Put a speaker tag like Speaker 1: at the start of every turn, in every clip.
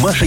Speaker 1: Маша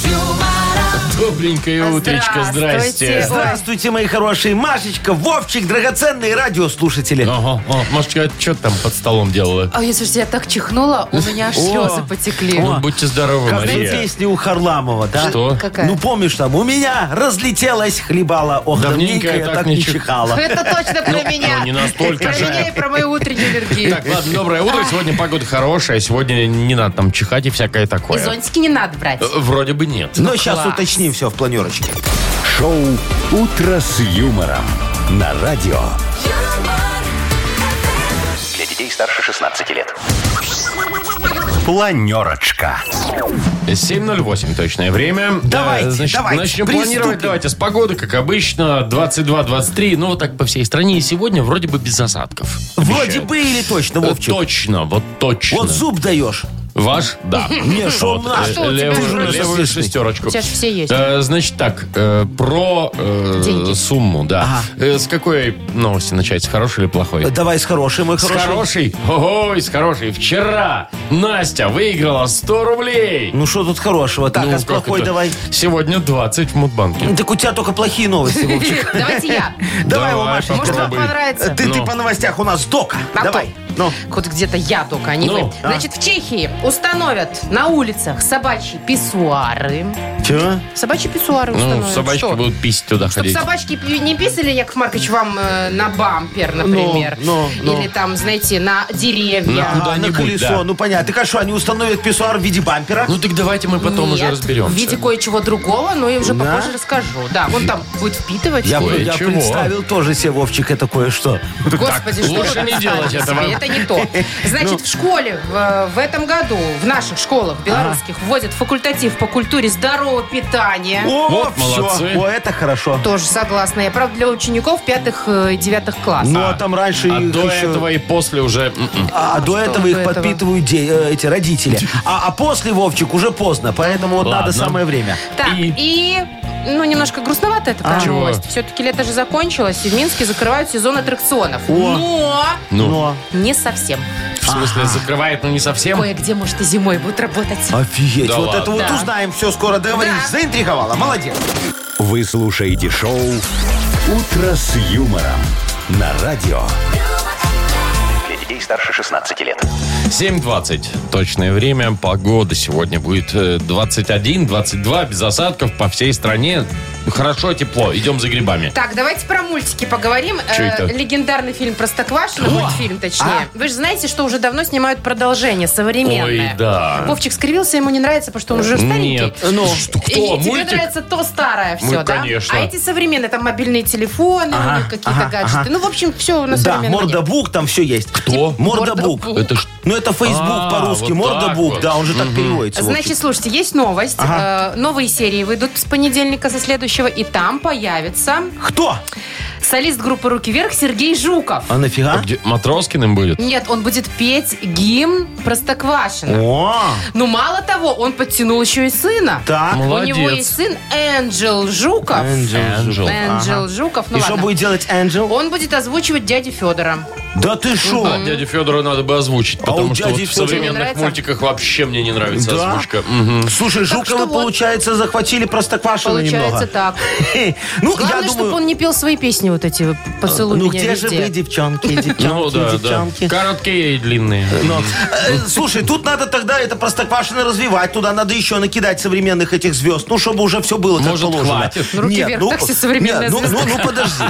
Speaker 2: Добренькое утречко, здрасте.
Speaker 3: Здравствуйте.
Speaker 4: Здравствуйте, мои хорошие. Машечка, Вовчик, драгоценные радиослушатели.
Speaker 2: Ага, а, Машечка, что там под столом делала?
Speaker 3: А я, слушайте, я так чихнула, у меня аж слезы потекли.
Speaker 2: Ну, будьте здоровы,
Speaker 4: Как в той
Speaker 2: Мария.
Speaker 4: песне у Харламова, да?
Speaker 2: Что?
Speaker 3: Какая?
Speaker 4: Ну, помнишь там, у меня разлетелась хлебала. Ох,
Speaker 2: Давненько
Speaker 4: давненько,
Speaker 2: я
Speaker 4: я
Speaker 2: так
Speaker 4: так
Speaker 2: не
Speaker 4: не
Speaker 2: чих-
Speaker 4: чихала.
Speaker 3: Это точно про меня.
Speaker 2: ну, не настолько
Speaker 3: про
Speaker 2: же.
Speaker 3: меня и про мою утреннюю аллергию.
Speaker 2: Так, ладно, доброе утро. Сегодня погода хорошая. Сегодня не надо там чихать и всякое
Speaker 3: И
Speaker 2: такое.
Speaker 3: зонтики не надо брать.
Speaker 2: Э, Вроде бы нет.
Speaker 4: Но сейчас
Speaker 3: класс.
Speaker 4: Ну, уточним все в планерочке.
Speaker 1: Шоу «Утро с юмором» на радио.
Speaker 5: Для детей старше 16 лет.
Speaker 1: Планерочка.
Speaker 2: 7.08 точное время.
Speaker 4: Давайте,
Speaker 2: Э, значит,
Speaker 4: давайте,
Speaker 2: Начнем
Speaker 4: приступим.
Speaker 2: планировать. Давайте с погоды, как обычно, 22-23. Ну, вот так по всей стране. И сегодня вроде бы без осадков.
Speaker 4: Вроде
Speaker 2: Обещают.
Speaker 4: бы или точно,
Speaker 2: Э,
Speaker 4: Вовчик?
Speaker 2: Точно, вот точно.
Speaker 4: Вот зуб даешь.
Speaker 2: Ваш? Да.
Speaker 4: Не, шо
Speaker 2: Вот,
Speaker 4: наш?
Speaker 2: э,
Speaker 3: А что у тебя
Speaker 2: левую-
Speaker 3: за
Speaker 2: левую
Speaker 4: рассудочный?
Speaker 2: шестерочку.
Speaker 3: У тебя же все есть.
Speaker 2: Э, Значит так, э, про э,
Speaker 3: Деньги.
Speaker 2: сумму, да. Э, С какой новости начать? С хорошей или плохой?
Speaker 4: Давай с хорошей, мой
Speaker 2: С
Speaker 4: хороший.
Speaker 2: хорошей? Ой, с хорошей. Вчера Настя выиграла 100 рублей.
Speaker 4: Ну, что тут хорошего? Так,
Speaker 2: Ну,
Speaker 4: а с
Speaker 2: как
Speaker 4: плохой
Speaker 2: это?
Speaker 4: давай. Ну,
Speaker 2: Сегодня 20 в Мудбанке.
Speaker 4: Так у тебя только плохие новости, Вовчик.
Speaker 2: э,
Speaker 3: Давайте я.
Speaker 4: Давай, его, Машечка.
Speaker 3: Может, вам
Speaker 2: попробуй.
Speaker 3: понравится?
Speaker 4: Ты,
Speaker 2: Ну.
Speaker 4: ты по новостях у нас дока.
Speaker 3: А
Speaker 4: Давай.
Speaker 3: то.
Speaker 4: Ну.
Speaker 3: Вот где-то я только, а не
Speaker 2: Ну,
Speaker 3: вы. Значит, в Чехии установят на улицах собачьи писсуары.
Speaker 4: Чего?
Speaker 3: Собачьи писсуары
Speaker 2: Ну,
Speaker 3: установят.
Speaker 2: собачки
Speaker 3: Что?
Speaker 2: будут писать туда
Speaker 3: Чтоб
Speaker 2: ходить.
Speaker 3: собачки пи- не писали, Яков Маркович, вам э, на бампер, например.
Speaker 4: ну, ну.
Speaker 3: Или там, знаете, на деревья.
Speaker 2: На куда?
Speaker 4: А, на
Speaker 2: Куда-нибудь,
Speaker 4: колесо.
Speaker 2: да.
Speaker 4: Ну, понятно. Так а что, они установят писсуар в виде бампера?
Speaker 2: Ну так давайте мы потом
Speaker 3: Нет,
Speaker 2: уже разберемся.
Speaker 3: в виде кое-чего другого, но я уже
Speaker 4: Да?
Speaker 3: попозже расскажу. Да, он там будет впитывать.
Speaker 4: Я,
Speaker 2: Ой,
Speaker 4: я
Speaker 2: чего?
Speaker 4: представил тоже себе, Вовчик, это кое-что.
Speaker 3: Господи,
Speaker 2: Так,
Speaker 3: что вы
Speaker 2: лучше
Speaker 3: так
Speaker 2: не
Speaker 3: ставите
Speaker 2: делать
Speaker 3: себе?
Speaker 2: этого.
Speaker 3: Это не то.
Speaker 4: Ну.
Speaker 3: Значит, в школе в, в этом году, в наших школах белорусских, вводят факультатив по культуре здорового питания.
Speaker 4: О,
Speaker 2: Вот
Speaker 4: всё.
Speaker 2: молодцы.
Speaker 4: О, это хорошо.
Speaker 3: Тоже согласна. Я, правда, для учеников пятых э, и девятых классов.
Speaker 4: Ну, а там раньше
Speaker 2: А
Speaker 4: их
Speaker 2: до
Speaker 4: еще-
Speaker 2: этого и после уже... м-м.
Speaker 4: А, до этого их
Speaker 3: до этого?
Speaker 4: подпитывают де- э, эти родители. А, а после, Вовчик, уже поздно. Поэтому вот
Speaker 2: Ладно.
Speaker 4: надо самое время.
Speaker 3: Так,
Speaker 2: И?
Speaker 3: и... ну, немножко грустновато
Speaker 4: А.
Speaker 3: это
Speaker 2: Чего?
Speaker 3: новость. Все-таки лето же закончилось, и в Минске закрывают сезон аттракционов. Но
Speaker 2: Ну,
Speaker 4: Но.
Speaker 3: не совсем.
Speaker 2: в смысле, закрывает, но не совсем.
Speaker 3: Кое-где, может, и зимой будут работать.
Speaker 4: Офигеть,
Speaker 2: Да
Speaker 4: вот
Speaker 2: ладно.
Speaker 4: это вот
Speaker 3: Да.
Speaker 4: узнаем. Все, скоро договорились.
Speaker 3: Да.
Speaker 4: Заинтриговала. Молодец.
Speaker 1: Вы слушаете шоу «Утро с юмором» на радио.
Speaker 5: Для детей старше 16 лет.
Speaker 2: 7.20. Точное время. Погода сегодня будет э, 21-22. Без осадков по всей стране. Хорошо, тепло. Идем за грибами.
Speaker 3: Так, давайте про мультики поговорим. Э,
Speaker 2: Чё это? А?
Speaker 3: легендарный фильм «Простоквашино», мультфильм точнее. Вы же знаете, что уже давно снимают продолжение, современное.
Speaker 2: Ой, да.
Speaker 3: Вовчик скрывился, ему не нравится, потому что он уже старенький.
Speaker 2: Нет.
Speaker 4: Ну,
Speaker 2: Что,
Speaker 3: И
Speaker 2: кто?
Speaker 3: тебе
Speaker 2: Мультик?
Speaker 3: нравится то старое все,
Speaker 2: Ну,
Speaker 3: да?
Speaker 2: конечно.
Speaker 3: А эти современные, там мобильные телефоны, у них какие-то
Speaker 4: ага,
Speaker 3: гаджеты.
Speaker 4: ага.
Speaker 3: Ну, в общем, все на
Speaker 4: Да,
Speaker 3: современном.
Speaker 4: мордобук, там все есть.
Speaker 2: Кто?
Speaker 4: Мордобук.
Speaker 3: Мордобук.
Speaker 2: Это ж-
Speaker 4: Ну, это Facebook
Speaker 2: А,
Speaker 4: по-русски.
Speaker 2: вот так
Speaker 4: Мордобук,
Speaker 2: вот.
Speaker 4: да, он же так переводится. Вовчик.
Speaker 3: Значит, слушайте, есть новость. Э, новые серии выйдут с понедельника, со следующего, и там появится
Speaker 4: Кто?
Speaker 3: солист группы «Руки вверх» Сергей Жуков.
Speaker 4: А нафига?
Speaker 2: А где- Матроскиным будет?
Speaker 3: Нет, он будет петь гимн Простоквашино.
Speaker 4: О,
Speaker 3: Ну, мало того, он подтянул еще и сына.
Speaker 4: так.
Speaker 3: У него
Speaker 2: Молодец.
Speaker 3: есть сын Энджел Жуков.
Speaker 2: Энджел.
Speaker 3: Энджел Жуков. Ну,
Speaker 4: И что
Speaker 3: ладно.
Speaker 4: будет делать Энджел?
Speaker 3: Он будет озвучивать дядю Федора.
Speaker 4: Да
Speaker 3: Ну
Speaker 4: ты
Speaker 2: А
Speaker 4: шо?
Speaker 2: дяде Федору надо бы озвучить, потому
Speaker 4: А у
Speaker 2: что вот
Speaker 4: дяди
Speaker 2: в
Speaker 4: Фёдора не
Speaker 2: современных
Speaker 3: нравится?
Speaker 2: мультиках вообще мне не нравится
Speaker 4: Да?
Speaker 2: озвучка. Мгм.
Speaker 4: Слушай,
Speaker 3: что
Speaker 4: Жуковы,
Speaker 3: вот.
Speaker 4: получается, захватили Простоквашино
Speaker 3: Получается
Speaker 4: немного.
Speaker 3: так.
Speaker 4: Ну, я
Speaker 3: Главное, чтобы
Speaker 4: думаю...
Speaker 3: он не пел свои песни вот эти вот «Поцелуй
Speaker 4: Ну,
Speaker 3: меня
Speaker 4: где же
Speaker 3: везде».
Speaker 4: вы, девчонки,
Speaker 2: Ну
Speaker 4: девчонки,
Speaker 2: да, да.
Speaker 4: девчонки?
Speaker 2: Короткие и длинные.
Speaker 4: Э, Слушай, тут надо тогда это Простоквашино развивать. Туда надо еще накидать современных этих звезд. Ну, чтобы уже все было как
Speaker 2: Может,
Speaker 4: положено.
Speaker 2: хватит?
Speaker 3: Ну, руки вверх, так все современные
Speaker 4: нет, ну,
Speaker 3: звезды.
Speaker 4: ну, ну, подожди.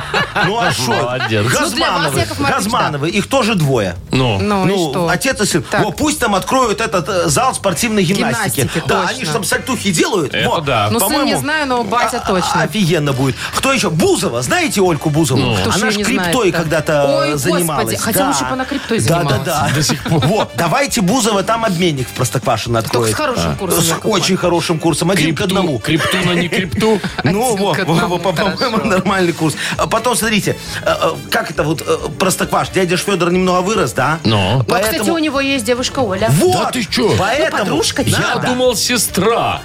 Speaker 4: Ну, а что?
Speaker 2: Молодец. Ну, для
Speaker 3: вас,
Speaker 4: Газмановы.
Speaker 3: Яков Маркович,
Speaker 4: Газмановы. Их тоже двое.
Speaker 2: Ну,
Speaker 3: Ну, и что?
Speaker 4: отец и сын.
Speaker 3: Так.
Speaker 4: Во, пусть там откроют этот э, зал спортивной гимнастики.
Speaker 3: Гимнастики,
Speaker 4: да,
Speaker 3: точно.
Speaker 4: они же там сальтухи делают.
Speaker 2: Это
Speaker 4: Во,
Speaker 2: да.
Speaker 3: Ну, сын не
Speaker 4: по-моему,
Speaker 3: знаю, но батя
Speaker 4: а-
Speaker 3: точно.
Speaker 4: Офигенно будет. Кто еще? Бузова. Знаете Ольку Бузову?
Speaker 2: Ну.
Speaker 3: Кто ж
Speaker 4: Она
Speaker 3: её
Speaker 4: же
Speaker 3: не знает,
Speaker 4: криптой
Speaker 3: да?
Speaker 4: когда-то
Speaker 3: Ой,
Speaker 4: э,
Speaker 3: господи,
Speaker 4: занималась.
Speaker 3: хотя
Speaker 4: Да.
Speaker 3: лучше бы она криптой занималась.
Speaker 4: Да, да, да.
Speaker 2: До сих пор.
Speaker 4: Вот, давайте Бузова там обменник в Простоквашино
Speaker 3: Только с
Speaker 4: откроет.
Speaker 2: А.
Speaker 3: хорошим курсом.
Speaker 4: С
Speaker 3: Яков
Speaker 4: очень
Speaker 3: Маркович.
Speaker 4: хорошим курсом. Один к
Speaker 2: крипту,
Speaker 4: одному.
Speaker 2: крипту на не крипту.
Speaker 4: Ну,
Speaker 3: Один
Speaker 4: во,
Speaker 3: к
Speaker 4: во,
Speaker 3: одному,
Speaker 4: во, по-моему,
Speaker 3: хорошо.
Speaker 4: нормальный курс. А Потом, смотрите, э, э, как это вот э, простокваш, дядя ж Федор немного вырос, да?
Speaker 2: Ну.
Speaker 3: Но, а кстати, у него есть девушка Оля.
Speaker 4: Вот!
Speaker 2: Да ты чё?
Speaker 4: Поэтому
Speaker 3: Ну, подружка,
Speaker 4: надо-
Speaker 2: Я думал, сестра.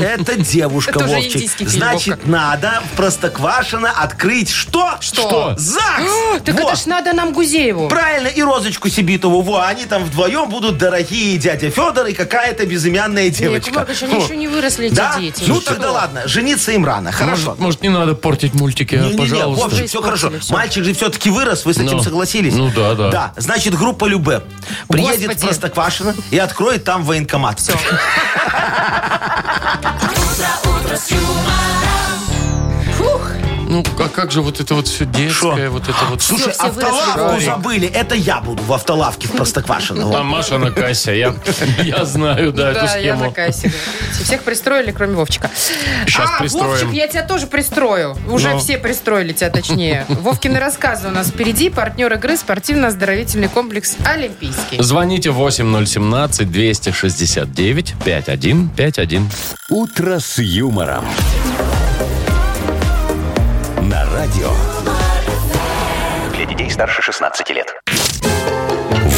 Speaker 4: Это девушка,
Speaker 3: Это уже
Speaker 4: Вовчик.
Speaker 3: индийский фильм,
Speaker 4: Значит,
Speaker 3: Вовка.
Speaker 4: надо в Простоквашино открыть что?
Speaker 2: Что?
Speaker 3: А,
Speaker 4: ЗАГС!
Speaker 3: Так
Speaker 4: Вот.
Speaker 3: это ж надо нам Гузееву.
Speaker 4: Правильно, и Розочку Сибитову. Во, они там вдвоем будут дорогие дядя Федор и какая-то безымянная
Speaker 3: Яков
Speaker 4: девочка.
Speaker 3: Маркович, они
Speaker 4: Во.
Speaker 3: еще не выросли, эти
Speaker 4: Да?
Speaker 3: дети.
Speaker 4: Ну
Speaker 3: Вы
Speaker 4: тогда
Speaker 3: что?
Speaker 4: ладно, жениться им рано, хорошо.
Speaker 2: Может, может, не надо портить мультики, а,
Speaker 4: Не-не-не,
Speaker 2: э, пожалуйста.
Speaker 4: Вовчик, все
Speaker 3: Испортили
Speaker 4: хорошо.
Speaker 3: всё.
Speaker 4: Мальчик же все-таки вырос, вы с этим
Speaker 2: Ну.
Speaker 4: согласились?
Speaker 2: Ну да, да.
Speaker 4: Да, значит, группа Любе приедет
Speaker 3: Господи.
Speaker 4: в Простоквашино и откроет там военкомат. Все.
Speaker 3: Фух,
Speaker 2: Ну, а как же вот это вот все детское,
Speaker 4: Шо?
Speaker 2: вот это вот...
Speaker 4: Слушай,
Speaker 3: все выросли,
Speaker 4: автолавку
Speaker 3: говорит.
Speaker 4: забыли. Это я буду в автолавке в Простоквашино.
Speaker 2: А
Speaker 4: Во.
Speaker 2: Маша на кассе, я, я знаю, да, эту
Speaker 3: да, я
Speaker 2: схему.
Speaker 3: такая себе. Видите, Всех пристроили, кроме Вовчика.
Speaker 2: Щас
Speaker 3: а,
Speaker 2: пристроим. Ну.
Speaker 3: Вовчик, я тебя тоже пристрою. Уже все пристроили тебя, точнее. Вовкины рассказы у нас впереди. Партнер игры спортивно-оздоровительный комплекс «Олимпийский».
Speaker 2: Звоните 8017-269-5151.
Speaker 1: «Утро с юмором». На радио.
Speaker 5: Для детей старше 16 лет.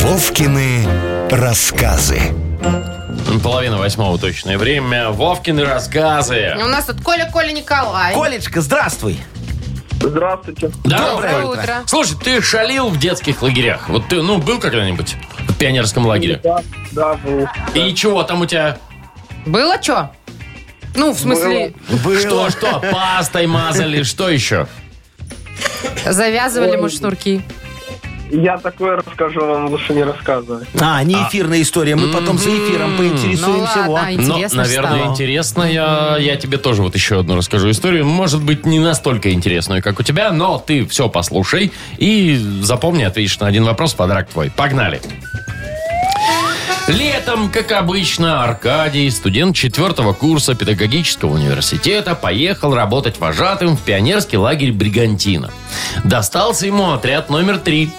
Speaker 1: Вовкины рассказы.
Speaker 2: Половина восьмого точное время. Вовкины рассказы.
Speaker 3: У нас тут Коля, Коля Николай.
Speaker 4: Колечка, здравствуй.
Speaker 6: Здравствуйте.
Speaker 2: Да,
Speaker 3: Доброе
Speaker 2: Коль?
Speaker 3: утро.
Speaker 2: Слушай, ты шалил в детских лагерях. Вот ты, ну, был когда-нибудь в пионерском лагере?
Speaker 6: Да, да, был.
Speaker 2: И чего там у тебя?
Speaker 3: Было что? Ну, в смысле,
Speaker 2: Что, что? Пастой мазали, что еще?
Speaker 3: завязывали мы шнурки.
Speaker 6: Я такое расскажу, вам лучше не рассказывать.
Speaker 4: А, М-м-м. не эфирная история. Мы потом за эфиром
Speaker 3: Ну
Speaker 4: поинтересуемся.
Speaker 3: ладно,
Speaker 4: во.
Speaker 2: Но,
Speaker 3: интересно
Speaker 2: наверное,
Speaker 3: стало.
Speaker 2: интересно. Я, я тебе тоже вот еще одну расскажу историю. Может быть, не настолько интересную, как у тебя, но ты все послушай и запомни, ответишь на один вопрос, подарок твой. Погнали. Летом, как обычно, Аркадий, студент четвертого курса педагогического университета, поехал работать вожатым в пионерский лагерь «Бригантина». Достался ему отряд номер три.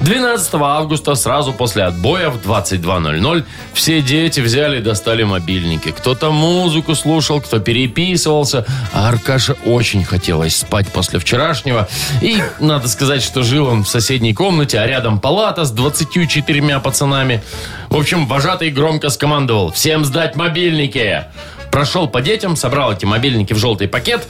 Speaker 2: 12 августа, сразу после отбоя в 22.00, все дети взяли и достали мобильники. Кто-то музыку слушал, кто переписывался. А Аркаше очень хотелось спать после вчерашнего. И надо сказать, что жил он в соседней комнате, а рядом палата с 24 пацанами. В общем, вожатый громко скомандовал «Всем сдать мобильники!» Прошел по детям, собрал эти мобильники в желтый пакет.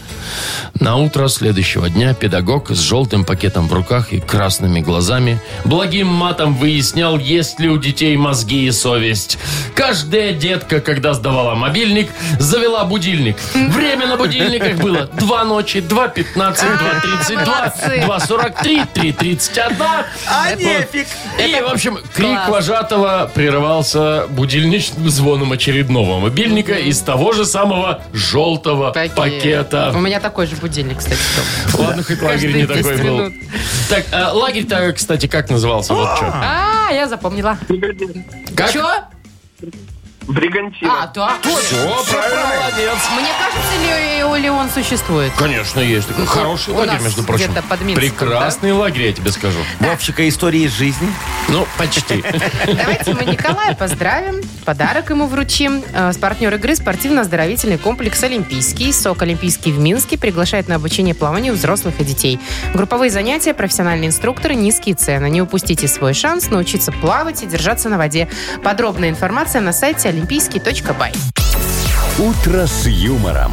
Speaker 2: На утро следующего дня педагог с желтым пакетом в руках и красными глазами благим матом выяснял, есть ли у детей мозги и совесть. Каждая детка, когда сдавала мобильник, завела будильник. Время на будильниках было 2 ночи, 2.15, 2.32,
Speaker 3: молодцы.
Speaker 2: 2.43, 3.31.
Speaker 4: А нефиг.
Speaker 2: И, в общем, крик вожатого прерывался будильничным звоном очередного мобильника из того же самого желтого
Speaker 3: Пакет.
Speaker 2: пакета.
Speaker 3: У меня такой же будильник, кстати, дома.
Speaker 2: Ладно, хоть лагерь не
Speaker 3: Каждые
Speaker 2: такой
Speaker 3: 10
Speaker 2: был.
Speaker 3: минут.
Speaker 2: Так, а, лагерь-то, кстати, как назывался? Вот что.
Speaker 3: А, я запомнила.
Speaker 6: Бригантина.
Speaker 2: Как?
Speaker 3: Чё? А,
Speaker 6: Бригантина.
Speaker 3: да.
Speaker 2: Все, правильно, молодец.
Speaker 3: А, Мне кажется, ли, ли он существует?
Speaker 2: Конечно, есть такой хороший
Speaker 3: у
Speaker 2: лагерь,
Speaker 3: нас
Speaker 2: между прочим.
Speaker 3: где-то под Минском,
Speaker 2: Прекрасный лагерь, я тебе скажу.
Speaker 4: Вовчика истории из жизни.
Speaker 2: Ну, почти.
Speaker 3: Давайте мы Николая поздравим, подарок ему вручим. Э, С партнер игры спортивно-оздоровительный комплекс «Олимпийский». СОК «Олимпийский» в Минске приглашает на обучение плаванию взрослых и детей. Групповые занятия, профессиональные инструкторы, низкие цены. Не упустите свой шанс научиться плавать и держаться на воде. Подробная информация на сайте олимпийский.бай.
Speaker 1: «Утро с юмором».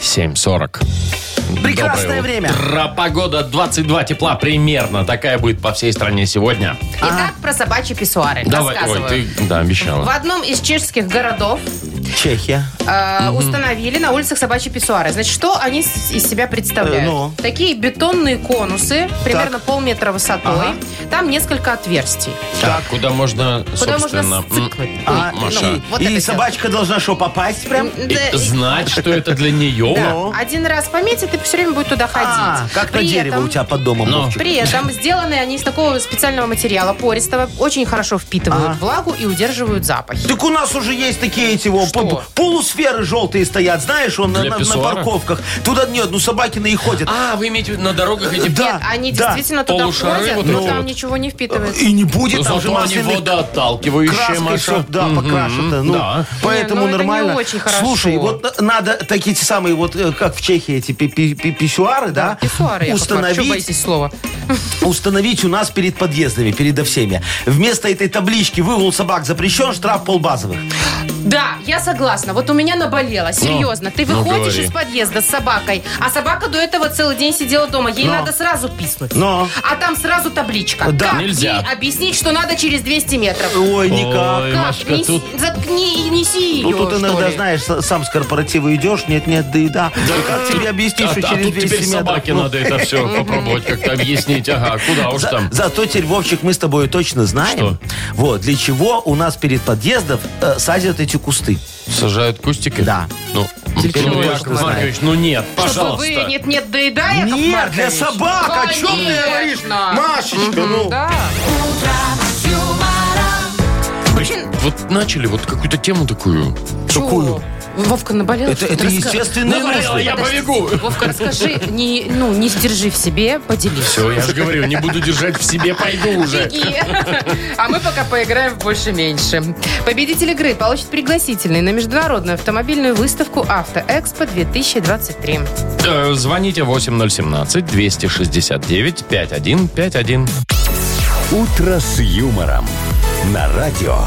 Speaker 2: 7.40.
Speaker 4: Прекрасное
Speaker 2: Доброе
Speaker 4: время.
Speaker 2: утро. Погода 22 тепла примерно. Такая будет по всей стране сегодня.
Speaker 3: Итак, про собачьи писсуары.
Speaker 2: Давай,
Speaker 3: Рассказываю.
Speaker 2: ой, ты да,
Speaker 3: В
Speaker 2: обещала.
Speaker 3: одном из чешских городов
Speaker 4: Чехия.
Speaker 3: э, установили на улицах собачьи писсуары. Значит, что они с- из себя представляют?
Speaker 4: Э, ну?
Speaker 3: Такие бетонные конусы, примерно полметра высотой. Там несколько отверстий.
Speaker 2: Так, куда можно,
Speaker 3: Куда
Speaker 2: собственно,
Speaker 3: можно
Speaker 2: м,
Speaker 3: сцикнуть.
Speaker 4: А,
Speaker 3: Ой,
Speaker 2: Маша.
Speaker 3: вот
Speaker 4: и
Speaker 3: это
Speaker 4: и
Speaker 3: всё.
Speaker 4: собачка должна что, попасть прям?
Speaker 3: М,
Speaker 2: и
Speaker 3: да, и-
Speaker 2: знать, что это для
Speaker 3: да.
Speaker 2: нее.
Speaker 3: Один раз пометит и все время будет туда ходить.
Speaker 4: А, как на
Speaker 3: При
Speaker 4: дерево
Speaker 3: этом-
Speaker 4: у тебя под домом,
Speaker 2: Ну.
Speaker 4: Вовчик.
Speaker 3: При этом сделаны они из такого специального материала, пористого, очень хорошо впитывают
Speaker 4: Ага.
Speaker 3: влагу и удерживают запахи.
Speaker 4: Так у нас уже есть такие эти во,
Speaker 2: Что?
Speaker 4: Вон п- полусферы желтые стоят, знаешь, он на,
Speaker 2: Для
Speaker 4: на- на
Speaker 2: писсуара?
Speaker 4: парковках. Туда нет, ну собакины и ходят.
Speaker 2: А, вы имеете в виду на дорогах эти...
Speaker 4: Да.
Speaker 3: Нет, они
Speaker 4: да.
Speaker 3: действительно туда
Speaker 2: Полушары
Speaker 3: ходят,
Speaker 2: вот
Speaker 3: но
Speaker 2: эти
Speaker 3: там
Speaker 2: вот.
Speaker 3: ничего не впитывается.
Speaker 4: И не
Speaker 3: Ну,
Speaker 4: будет, там же
Speaker 2: Зато они
Speaker 4: масляный
Speaker 2: водоотталкивающие,
Speaker 4: краской всё,
Speaker 2: Маша.
Speaker 4: да,
Speaker 2: Мгм.
Speaker 4: покрашено. Ну,
Speaker 2: Да.
Speaker 4: Поэтому
Speaker 3: Не, ну это не
Speaker 4: нормально.
Speaker 3: очень хорошо.
Speaker 4: Слушай, вот на- надо такие те самые, вот э, как в Чехии, эти пи- пи- пи- писсуары, да,
Speaker 3: Писсуары, Яков Маркович, чего
Speaker 4: установить,
Speaker 3: боитесь слова?
Speaker 4: установить у нас перед подъездами, передо всеми. Вместо этой таблички «Выгул собак запрещен, штраф полбазовых».
Speaker 3: Да, я согласна. Вот у меня наболело. Серьезно. Ты
Speaker 2: ну,
Speaker 3: выходишь
Speaker 2: говори.
Speaker 3: из подъезда с собакой, а собака до этого целый день сидела дома. Ей надо сразу писнуть.
Speaker 4: Но.
Speaker 3: А там сразу табличка.
Speaker 4: Ну. Да,
Speaker 3: Как
Speaker 2: нельзя.
Speaker 3: ей объяснить, что надо через 200 метров?
Speaker 4: Ой, никак.
Speaker 2: Ой,
Speaker 3: Как?
Speaker 2: Машка,
Speaker 3: Неси-
Speaker 2: тут-
Speaker 3: Заткни и неси ее,
Speaker 4: Ну тут
Speaker 3: что
Speaker 4: иногда,
Speaker 3: ли.
Speaker 4: знаешь, с- сам с корпоратива идешь, нет-нет, да и да. И как тебе объяснишь,
Speaker 2: А,
Speaker 4: что
Speaker 2: а
Speaker 4: через
Speaker 2: тут
Speaker 4: 200
Speaker 2: теперь
Speaker 4: метров?
Speaker 2: собаке
Speaker 4: Ну,
Speaker 2: надо это все попробовать как-то объяснить. Ага, куда уж
Speaker 4: За-
Speaker 2: там.
Speaker 4: зато теперь, Вовчик, мы с тобой точно знаем,
Speaker 2: Что?
Speaker 4: вот, для чего у нас перед подъездом э, садят эти кусты.
Speaker 2: Сажают кустики?
Speaker 4: Да.
Speaker 2: Ну,
Speaker 4: Теперь
Speaker 2: ну,
Speaker 4: мы
Speaker 2: Яков
Speaker 4: точно знаем.
Speaker 2: Маркович, ну нет,
Speaker 3: Чтобы
Speaker 2: пожалуйста.
Speaker 3: вы нет-нет, доедай, Яков
Speaker 4: Нет,
Speaker 3: Маркович.
Speaker 4: для собак, о чем ты
Speaker 3: Конечно.
Speaker 4: говоришь? Машечка, ну.
Speaker 3: Да.
Speaker 2: Блин, Вот начали вот какую-то тему такую.
Speaker 4: Какую?
Speaker 3: Чего? Вовка наболел?
Speaker 4: Это,
Speaker 3: что ли?
Speaker 4: это
Speaker 3: Раска-
Speaker 4: естественные
Speaker 2: Говорила,
Speaker 4: мысли.
Speaker 2: я побегу.
Speaker 3: Вовка, расскажи, не, ну, не сдержи в себе, поделись.
Speaker 2: Все, я же говорю, не буду держать в себе, пойду уже.
Speaker 3: Беги. А мы пока поиграем в больше-меньше. Победитель игры получит пригласительный на международную автомобильную выставку «Автоэкспо-2023».
Speaker 2: Э, Звоните 8017-269-5151.
Speaker 1: «Утро с юмором» на радио.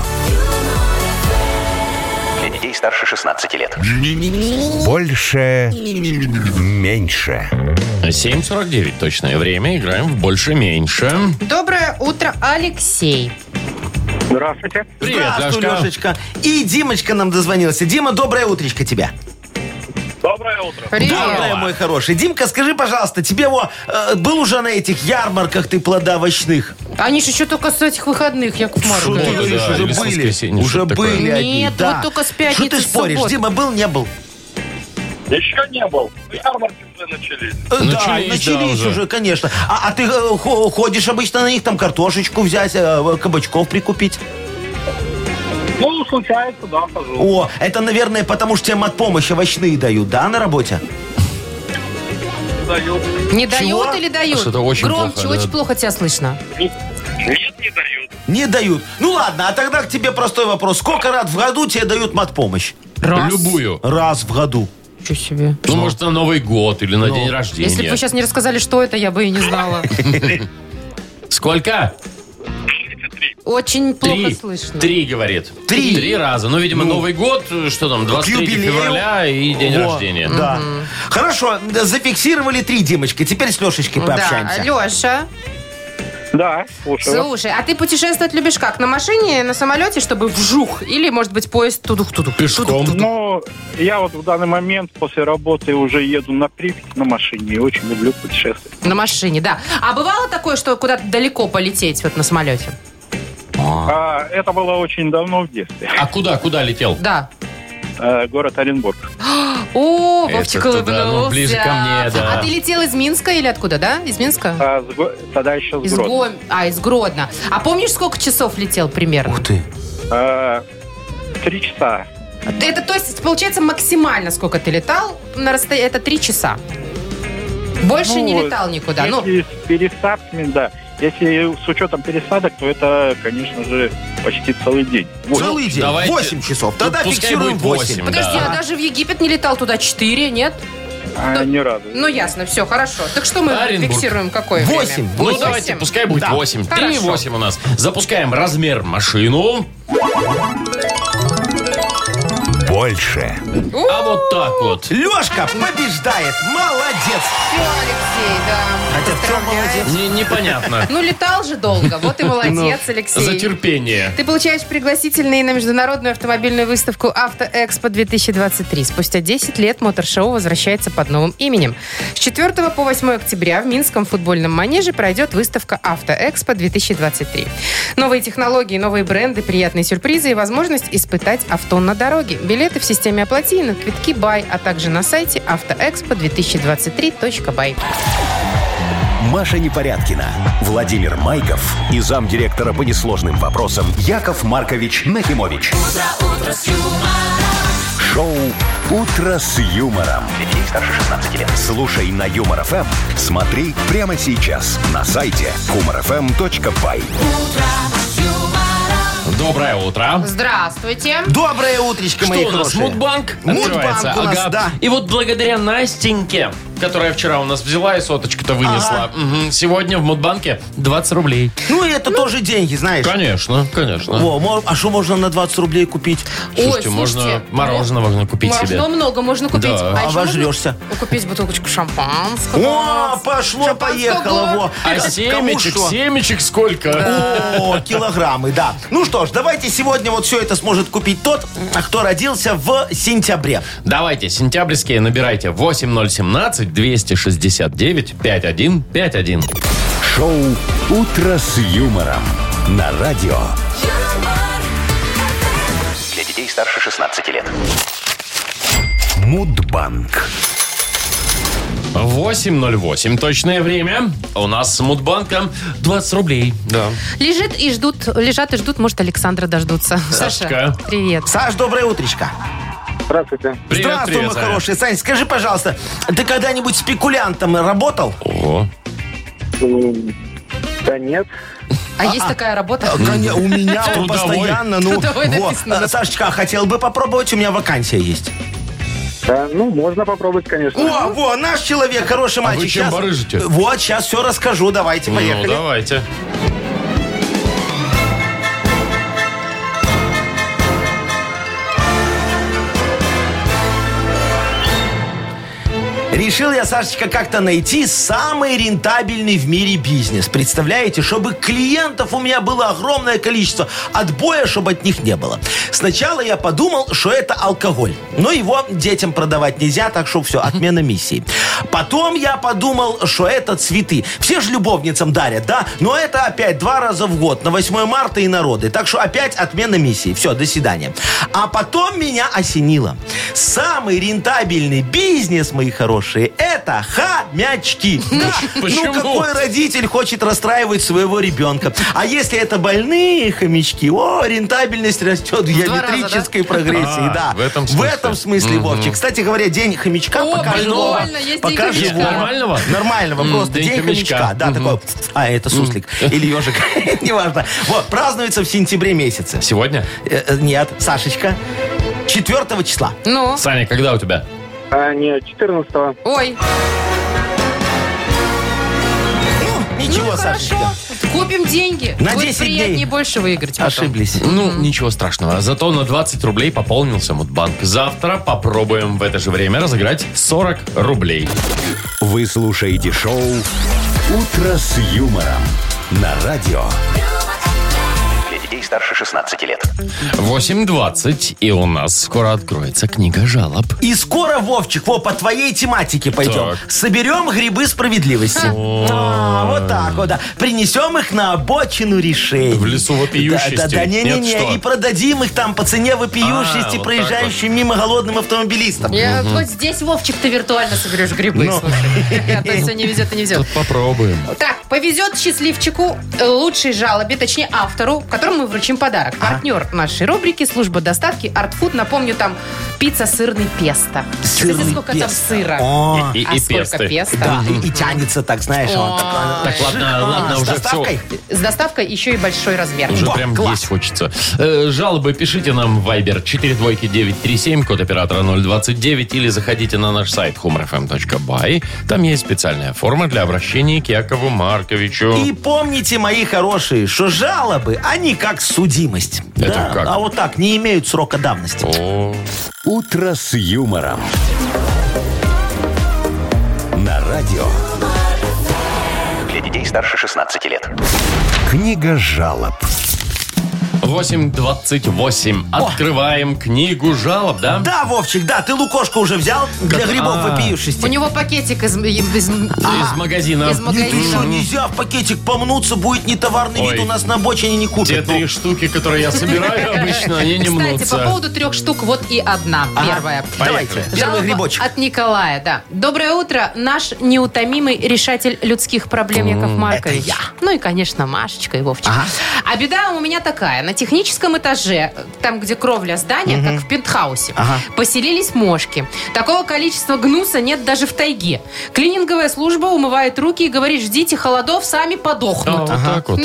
Speaker 5: Для детей старше 16 лет.
Speaker 1: Больше. Меньше.
Speaker 2: 7.49 точное время. Играем в больше-меньше.
Speaker 3: Доброе утро, Алексей.
Speaker 6: Здравствуйте.
Speaker 2: Привет,
Speaker 4: Здравствуй,
Speaker 2: Дашка.
Speaker 4: Лешечка. И Димочка нам дозвонился. Дима, доброе утречко тебе.
Speaker 6: Доброе утро.
Speaker 3: Привет.
Speaker 4: Доброе, мой хороший. Димка, скажи, пожалуйста, тебе во, э, был уже на этих ярмарках ты плода овощных?
Speaker 3: Они же еще только с этих выходных, Яков
Speaker 4: Что
Speaker 2: Суббота,
Speaker 4: ты
Speaker 3: Маркович.
Speaker 2: да,
Speaker 4: говоришь,
Speaker 2: или
Speaker 4: уже
Speaker 2: с
Speaker 4: были.
Speaker 2: воскресенья,
Speaker 4: Уже
Speaker 2: что-то такое.
Speaker 4: были
Speaker 3: Нет,
Speaker 4: одни,
Speaker 3: вот
Speaker 4: да.
Speaker 3: только с пятницы,
Speaker 4: Что ты
Speaker 3: с
Speaker 4: споришь,
Speaker 3: субботы.
Speaker 4: Дима был, не был?
Speaker 6: Еще не был. Ярмарки уже начались.
Speaker 4: Э, да,
Speaker 2: Начались, да,
Speaker 4: начались
Speaker 2: уже.
Speaker 4: уже. конечно. А, а ты э, хо- ходишь обычно на них, там картошечку взять, э, кабачков прикупить?
Speaker 6: Ну, случается, да, хожу.
Speaker 4: О, это, наверное, потому что тебе от помощи овощные дают, да, на работе?
Speaker 6: Дают.
Speaker 3: Не
Speaker 4: Чего?
Speaker 3: дают или дают?
Speaker 2: Что-то очень
Speaker 3: Громче,
Speaker 2: плохо, да.
Speaker 3: очень плохо тебя слышно.
Speaker 6: Нет, не дают.
Speaker 4: Не дают. Ну ладно, а тогда к тебе простой вопрос. Сколько раз в году тебе дают матпомощь?
Speaker 2: Любую.
Speaker 4: Раз в году.
Speaker 3: Ничего себе.
Speaker 2: Ну, может, на Новый год или на день рождения.
Speaker 3: Если бы вы сейчас не рассказали, что это, я бы и не знала.
Speaker 2: Сколько?
Speaker 3: Очень плохо
Speaker 2: Три.
Speaker 3: слышно.
Speaker 2: Три, говорит.
Speaker 4: Три.
Speaker 2: Три раза. Ну, видимо, Новый год, э, что там, 23
Speaker 4: юбилею.
Speaker 2: февраля и день
Speaker 4: Во,
Speaker 2: рождения.
Speaker 4: Да. Хорошо, да, зафиксировали три, Димочка. Теперь с Лешечкой
Speaker 3: Да,
Speaker 4: пообщаемся.
Speaker 3: Леша,
Speaker 6: Да, слушаю. вас.
Speaker 3: слушай, а ты путешествовать любишь как? На машине, на самолете, чтобы вжух? Или, может быть, поезд тудух-тудух?
Speaker 2: Пешком.
Speaker 6: Ну, я вот в данный момент после работы уже еду на Припять на машине и очень люблю путешествовать.
Speaker 3: На машине, да. А бывало такое, что куда-то далеко полететь вот на самолете?
Speaker 6: А, это было очень давно в детстве.
Speaker 2: А куда, куда летел?
Speaker 3: Да.
Speaker 6: Э, город Оренбург.
Speaker 3: О,
Speaker 2: Это
Speaker 3: Вовчик
Speaker 2: туда, ну,
Speaker 3: улыбнулся.
Speaker 2: ближе ко мне, да.
Speaker 3: А ты летел из Минска или откуда, да? Из Минска?
Speaker 6: А, с Го- тогда еще с
Speaker 3: Из
Speaker 6: Гродно.
Speaker 3: Гом- А, из Гродно. А помнишь, сколько часов летел примерно?
Speaker 4: Ух ты.
Speaker 6: А, Три часа.
Speaker 3: Это, то есть, получается, максимально сколько ты летал на расстоянии? Это три часа. Больше
Speaker 6: Ну,
Speaker 3: не летал никуда. Ну,
Speaker 6: Если с пересадками, да. Если с учетом пересадок, то это, конечно же, почти целый день. Вот.
Speaker 4: Целый день.
Speaker 2: ну, давайте.
Speaker 4: Восемь часов. Тогда
Speaker 2: Пускай
Speaker 4: фиксируем
Speaker 2: будет
Speaker 4: восемь.
Speaker 2: восемь.
Speaker 3: подожди,
Speaker 2: да.
Speaker 3: а даже в Египет не летал туда четыре, нет?
Speaker 6: А, ни разу.
Speaker 3: Ну, ясно, все, хорошо. Так что мы
Speaker 2: Оренбург.
Speaker 3: фиксируем какое
Speaker 4: Восемь.
Speaker 3: время?
Speaker 2: Ну,
Speaker 3: Восемь.
Speaker 2: давайте, пускай будет
Speaker 4: Да.
Speaker 2: 8.
Speaker 3: Хорошо.
Speaker 2: 3 8 у нас. Запускаем размер машину.
Speaker 1: Больше.
Speaker 2: А вот так вот.
Speaker 4: Лешка побеждает. Молодец.
Speaker 3: Всё, Ну, Алексей, да.
Speaker 4: Хотя в чем молодец?
Speaker 2: Не- непонятно.
Speaker 3: Ну, летал же долго, вот и молодец,
Speaker 4: Ну,
Speaker 3: Алексей.
Speaker 2: За терпение.
Speaker 3: Ты получаешь пригласительные на международную автомобильную выставку «Автоэкспо-2023». Спустя 10 лет моторшоу возвращается под новым именем. С 4 по 8 октября в Минском футбольном манеже пройдет выставка «Автоэкспо-2023». Новые технологии, новые бренды, приятные сюрпризы и возможность испытать авто на дороге. Билеты в системе «Оплати» и на квитки «Бай», а также на сайте автоэкспо2023.бай.
Speaker 1: Маша Непорядкина, Владимир Майков и замдиректора по несложным вопросам Яков Маркович Нахимович. Шоу «Утро с юмором».
Speaker 5: Для детей старше 16 лет.
Speaker 1: Слушай на Юмор ФМ. Смотри прямо сейчас на сайте humorfm.by.
Speaker 2: Доброе утро.
Speaker 3: Здравствуйте.
Speaker 4: Доброе утречко, мои
Speaker 2: Что у нас,
Speaker 4: хорошие.
Speaker 2: Мудбанк
Speaker 4: Мудбанк
Speaker 2: открывается?
Speaker 4: у нас, да.
Speaker 2: И вот благодаря Настеньке, которая вчера у нас взяла и соточку-то вынесла, мгм, сегодня в Мудбанке 20 рублей.
Speaker 4: Ну, это тоже деньги, знаешь.
Speaker 2: Конечно, конечно.
Speaker 4: Во, мо- а что можно на 20 рублей купить?
Speaker 2: Слушайте, А
Speaker 3: Ой,
Speaker 2: можно
Speaker 3: слушайте,
Speaker 2: мороженого купить себе.
Speaker 3: Мороженого ну, много можно купить.
Speaker 2: Да.
Speaker 4: А
Speaker 3: еще можно
Speaker 4: обожрешься.
Speaker 3: Купить бутылочку шампанского.
Speaker 4: О, пошло,
Speaker 3: Шампанского.
Speaker 4: поехало. Во.
Speaker 2: А
Speaker 4: ну, Это кому
Speaker 2: семечек,
Speaker 4: что?
Speaker 2: семечек сколько?
Speaker 4: О, килограммы, да. Ну что ж, давайте сегодня вот все это сможет купить тот, кто родился в сентябре.
Speaker 2: Давайте, сентябрьские набирайте 8017-269-5151.
Speaker 1: Шоу «Утро с юмором» на радио.
Speaker 5: Для детей старше 16 лет.
Speaker 1: Мудбанк.
Speaker 2: 8.08 точное время. У нас с Мудбанком 20 рублей. Да.
Speaker 3: Лежит и ждут, лежат и ждут, может, Александра дождутся. Саша, привет.
Speaker 4: Саш, доброе утречко.
Speaker 6: Здравствуйте.
Speaker 2: Привет,
Speaker 4: Здравствуй,
Speaker 2: привет,
Speaker 4: мой
Speaker 2: Саня.
Speaker 4: хороший. Сань, скажи, пожалуйста, ты когда-нибудь спекулянтом работал?
Speaker 2: Ого.
Speaker 6: Да нет.
Speaker 3: А есть такая работа?
Speaker 4: Коня- У меня
Speaker 2: Трудовой.
Speaker 4: постоянно, ну,
Speaker 3: Трудовой
Speaker 4: вот.
Speaker 3: написано.
Speaker 4: А, Сашечка, хотел бы попробовать, у меня вакансия есть.
Speaker 6: Да, ну, можно попробовать, конечно.
Speaker 4: О, во, наш человек, хороший
Speaker 2: А вы
Speaker 4: мальчик.
Speaker 2: чем
Speaker 4: Щас-
Speaker 2: барыжите?
Speaker 4: Вот, сейчас все расскажу, давайте,
Speaker 2: Ну,
Speaker 4: поехали.
Speaker 2: давайте.
Speaker 4: Решил я, Сашечка, как-то найти самый рентабельный в мире бизнес. Представляете, чтобы клиентов у меня было огромное количество. Отбоя, чтобы от них не было. Сначала я подумал, что это алкоголь. Но его детям продавать нельзя, так что все, отмена миссии. Потом я подумал, что это цветы. Все же любовницам дарят, да? Но это опять два раза в год, на 8 марта и народы. Так что опять отмена миссии. Все, до свидания. А потом меня осенило. Самый рентабельный бизнес, мои хорошие, это хомячки. Да.
Speaker 2: Почему?
Speaker 4: Ну, какой родитель хочет расстраивать своего ребенка? А если это больные хомячки, о, рентабельность растет в
Speaker 3: два раза,
Speaker 4: геометрической прогрессии.
Speaker 2: А,
Speaker 4: Да.
Speaker 2: в этом
Speaker 4: В
Speaker 2: смысле.
Speaker 4: этом смысле, Вовчик. Кстати говоря, день хомячка
Speaker 3: О,
Speaker 4: пока
Speaker 3: прикольно,
Speaker 4: живого.
Speaker 3: есть день
Speaker 4: Пока
Speaker 3: хомячка.
Speaker 4: живого.
Speaker 2: Нормального?
Speaker 4: Нормального,
Speaker 2: М,
Speaker 4: просто
Speaker 2: день
Speaker 4: день
Speaker 2: хомячка.
Speaker 4: хомячка. Да, такой, а, это суслик. Или ежик. Неважно. Вот, празднуется в сентябре месяце.
Speaker 2: Сегодня?
Speaker 4: Э, э, Нет, Сашечка. 4 числа.
Speaker 3: Ну,
Speaker 2: Саня, когда у тебя?
Speaker 6: А, нет, 14
Speaker 3: ой,
Speaker 4: Ну, ничего,
Speaker 3: ну
Speaker 4: Сашечка.
Speaker 3: хорошо. Купим деньги.
Speaker 4: На
Speaker 3: Будет
Speaker 4: 10
Speaker 3: приятнее
Speaker 4: дней.
Speaker 3: больше выиграть. потом.
Speaker 4: Ошиблись.
Speaker 2: Ну, ничего страшного. Зато на 20 рублей пополнился Мудбанк. Завтра попробуем в это же время разыграть 40 рублей.
Speaker 1: Вы слушаете шоу «Утро с юмором» на радио.
Speaker 5: Для детей старше 16 лет.
Speaker 2: 8.20, и у нас скоро откроется книга жалоб.
Speaker 4: И скоро, Вовчик, во, по твоей тематике пойдем.
Speaker 2: Так.
Speaker 4: Соберем грибы справедливости. А, вот так вот, да. Принесем их на обочину решений.
Speaker 2: В лесу вопиющести?
Speaker 4: Да, да, да,
Speaker 2: Нет, что?
Speaker 4: не-не-не. И продадим их там по цене
Speaker 2: А, вот
Speaker 4: вопиющести,
Speaker 2: так
Speaker 4: проезжающим мимо голодным автомобилистам.
Speaker 3: Я- Хоть здесь, Вовчик, ты виртуально соберешь грибы.
Speaker 4: Ну.
Speaker 3: слушай. А то все не везет и не везет.
Speaker 2: Попробуем.
Speaker 3: Так, повезет счастливчику, э, лучшей жалобе, точнее автору, которому мы вручим подарок. Партнер нашей рубрики, служба доставки, артфуд, напомню, там пицца, сырный песто.
Speaker 4: Сырный
Speaker 3: Смотрите, сколько там
Speaker 4: песто.
Speaker 3: сыра.
Speaker 4: О,
Speaker 2: И,
Speaker 3: а
Speaker 2: и
Speaker 3: сколько
Speaker 2: песты.
Speaker 3: песто?
Speaker 4: да, и, и тянется так, знаешь, он так,
Speaker 2: Так, ладно, ладно,
Speaker 4: с
Speaker 2: уже все.
Speaker 4: доставкой?
Speaker 3: С доставкой еще и большой размер.
Speaker 2: Уже
Speaker 4: Во,
Speaker 2: прям
Speaker 4: класс.
Speaker 2: есть хочется. Э, жалобы пишите нам в Viber 42937, код оператора 029, или заходите на наш сайт humorfm.by. Там есть специальная форма для обращения к Якову Марковичу.
Speaker 4: И помните, мои хорошие, что жалобы, они как судимость.
Speaker 2: Это
Speaker 4: Да,
Speaker 2: как?
Speaker 4: А вот так, не имеют срока давности.
Speaker 2: О,
Speaker 1: «Утро с юмором» на радио.
Speaker 5: Для детей старше 16 лет.
Speaker 1: Книга жалоб.
Speaker 2: 8.28. Открываем книгу жалоб, да?
Speaker 4: Да, Вовчик, да, ты лукошку уже взял для грибов
Speaker 2: А.
Speaker 3: У
Speaker 4: вопиющести.
Speaker 3: него пакетик из... из-
Speaker 2: Из магазина.
Speaker 3: Из магазина.
Speaker 4: Нет, ты что,
Speaker 3: Мгм.
Speaker 4: нельзя в пакетик помнуться, будет не товарный
Speaker 2: Ой.
Speaker 4: вид, у нас на обочине не
Speaker 2: Те
Speaker 4: купят. Ну,
Speaker 2: три штуки, которые я собираю обычно, они не
Speaker 3: Кстати, по
Speaker 2: мнутся.
Speaker 3: поводу трех штук, вот и одна,
Speaker 4: ага,
Speaker 3: первая.
Speaker 4: Давайте,
Speaker 2: Поехали.
Speaker 4: первый
Speaker 3: Жалоба
Speaker 4: грибочек.
Speaker 3: От Николая, да. Доброе утро, наш неутомимый решатель людских проблем Яков Маркович.
Speaker 4: это я.
Speaker 3: Ну и, конечно, Машечка и Вовчик. А беда у меня такая. На техническом этаже, там, где кровля здания, как в пентхаусе,
Speaker 4: Ага.
Speaker 3: поселились мошки. Такого количества гнуса нет даже в тайге. Клининговая служба умывает руки и говорит, ждите холодов, сами
Speaker 2: А,
Speaker 3: подохнут.
Speaker 2: вот так вот.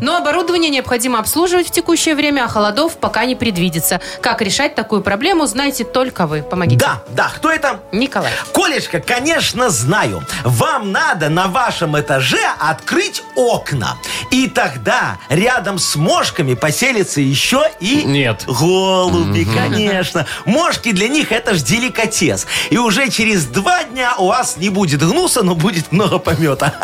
Speaker 3: Но оборудование необходимо обслуживать в текущее время, а холодов пока не предвидится. Как решать такую проблему, знаете только вы. Помогите.
Speaker 4: Да, да, кто это?
Speaker 3: Николай.
Speaker 4: Колешка, конечно, знаю. Вам надо на вашем этаже открыть окна. И тогда рядом с мошками поселится еще и...
Speaker 2: Нет.
Speaker 4: Голуби, конечно. Мошки для них это ж деликатес. И уже через два дня у вас не будет гнуса, но будет много помета.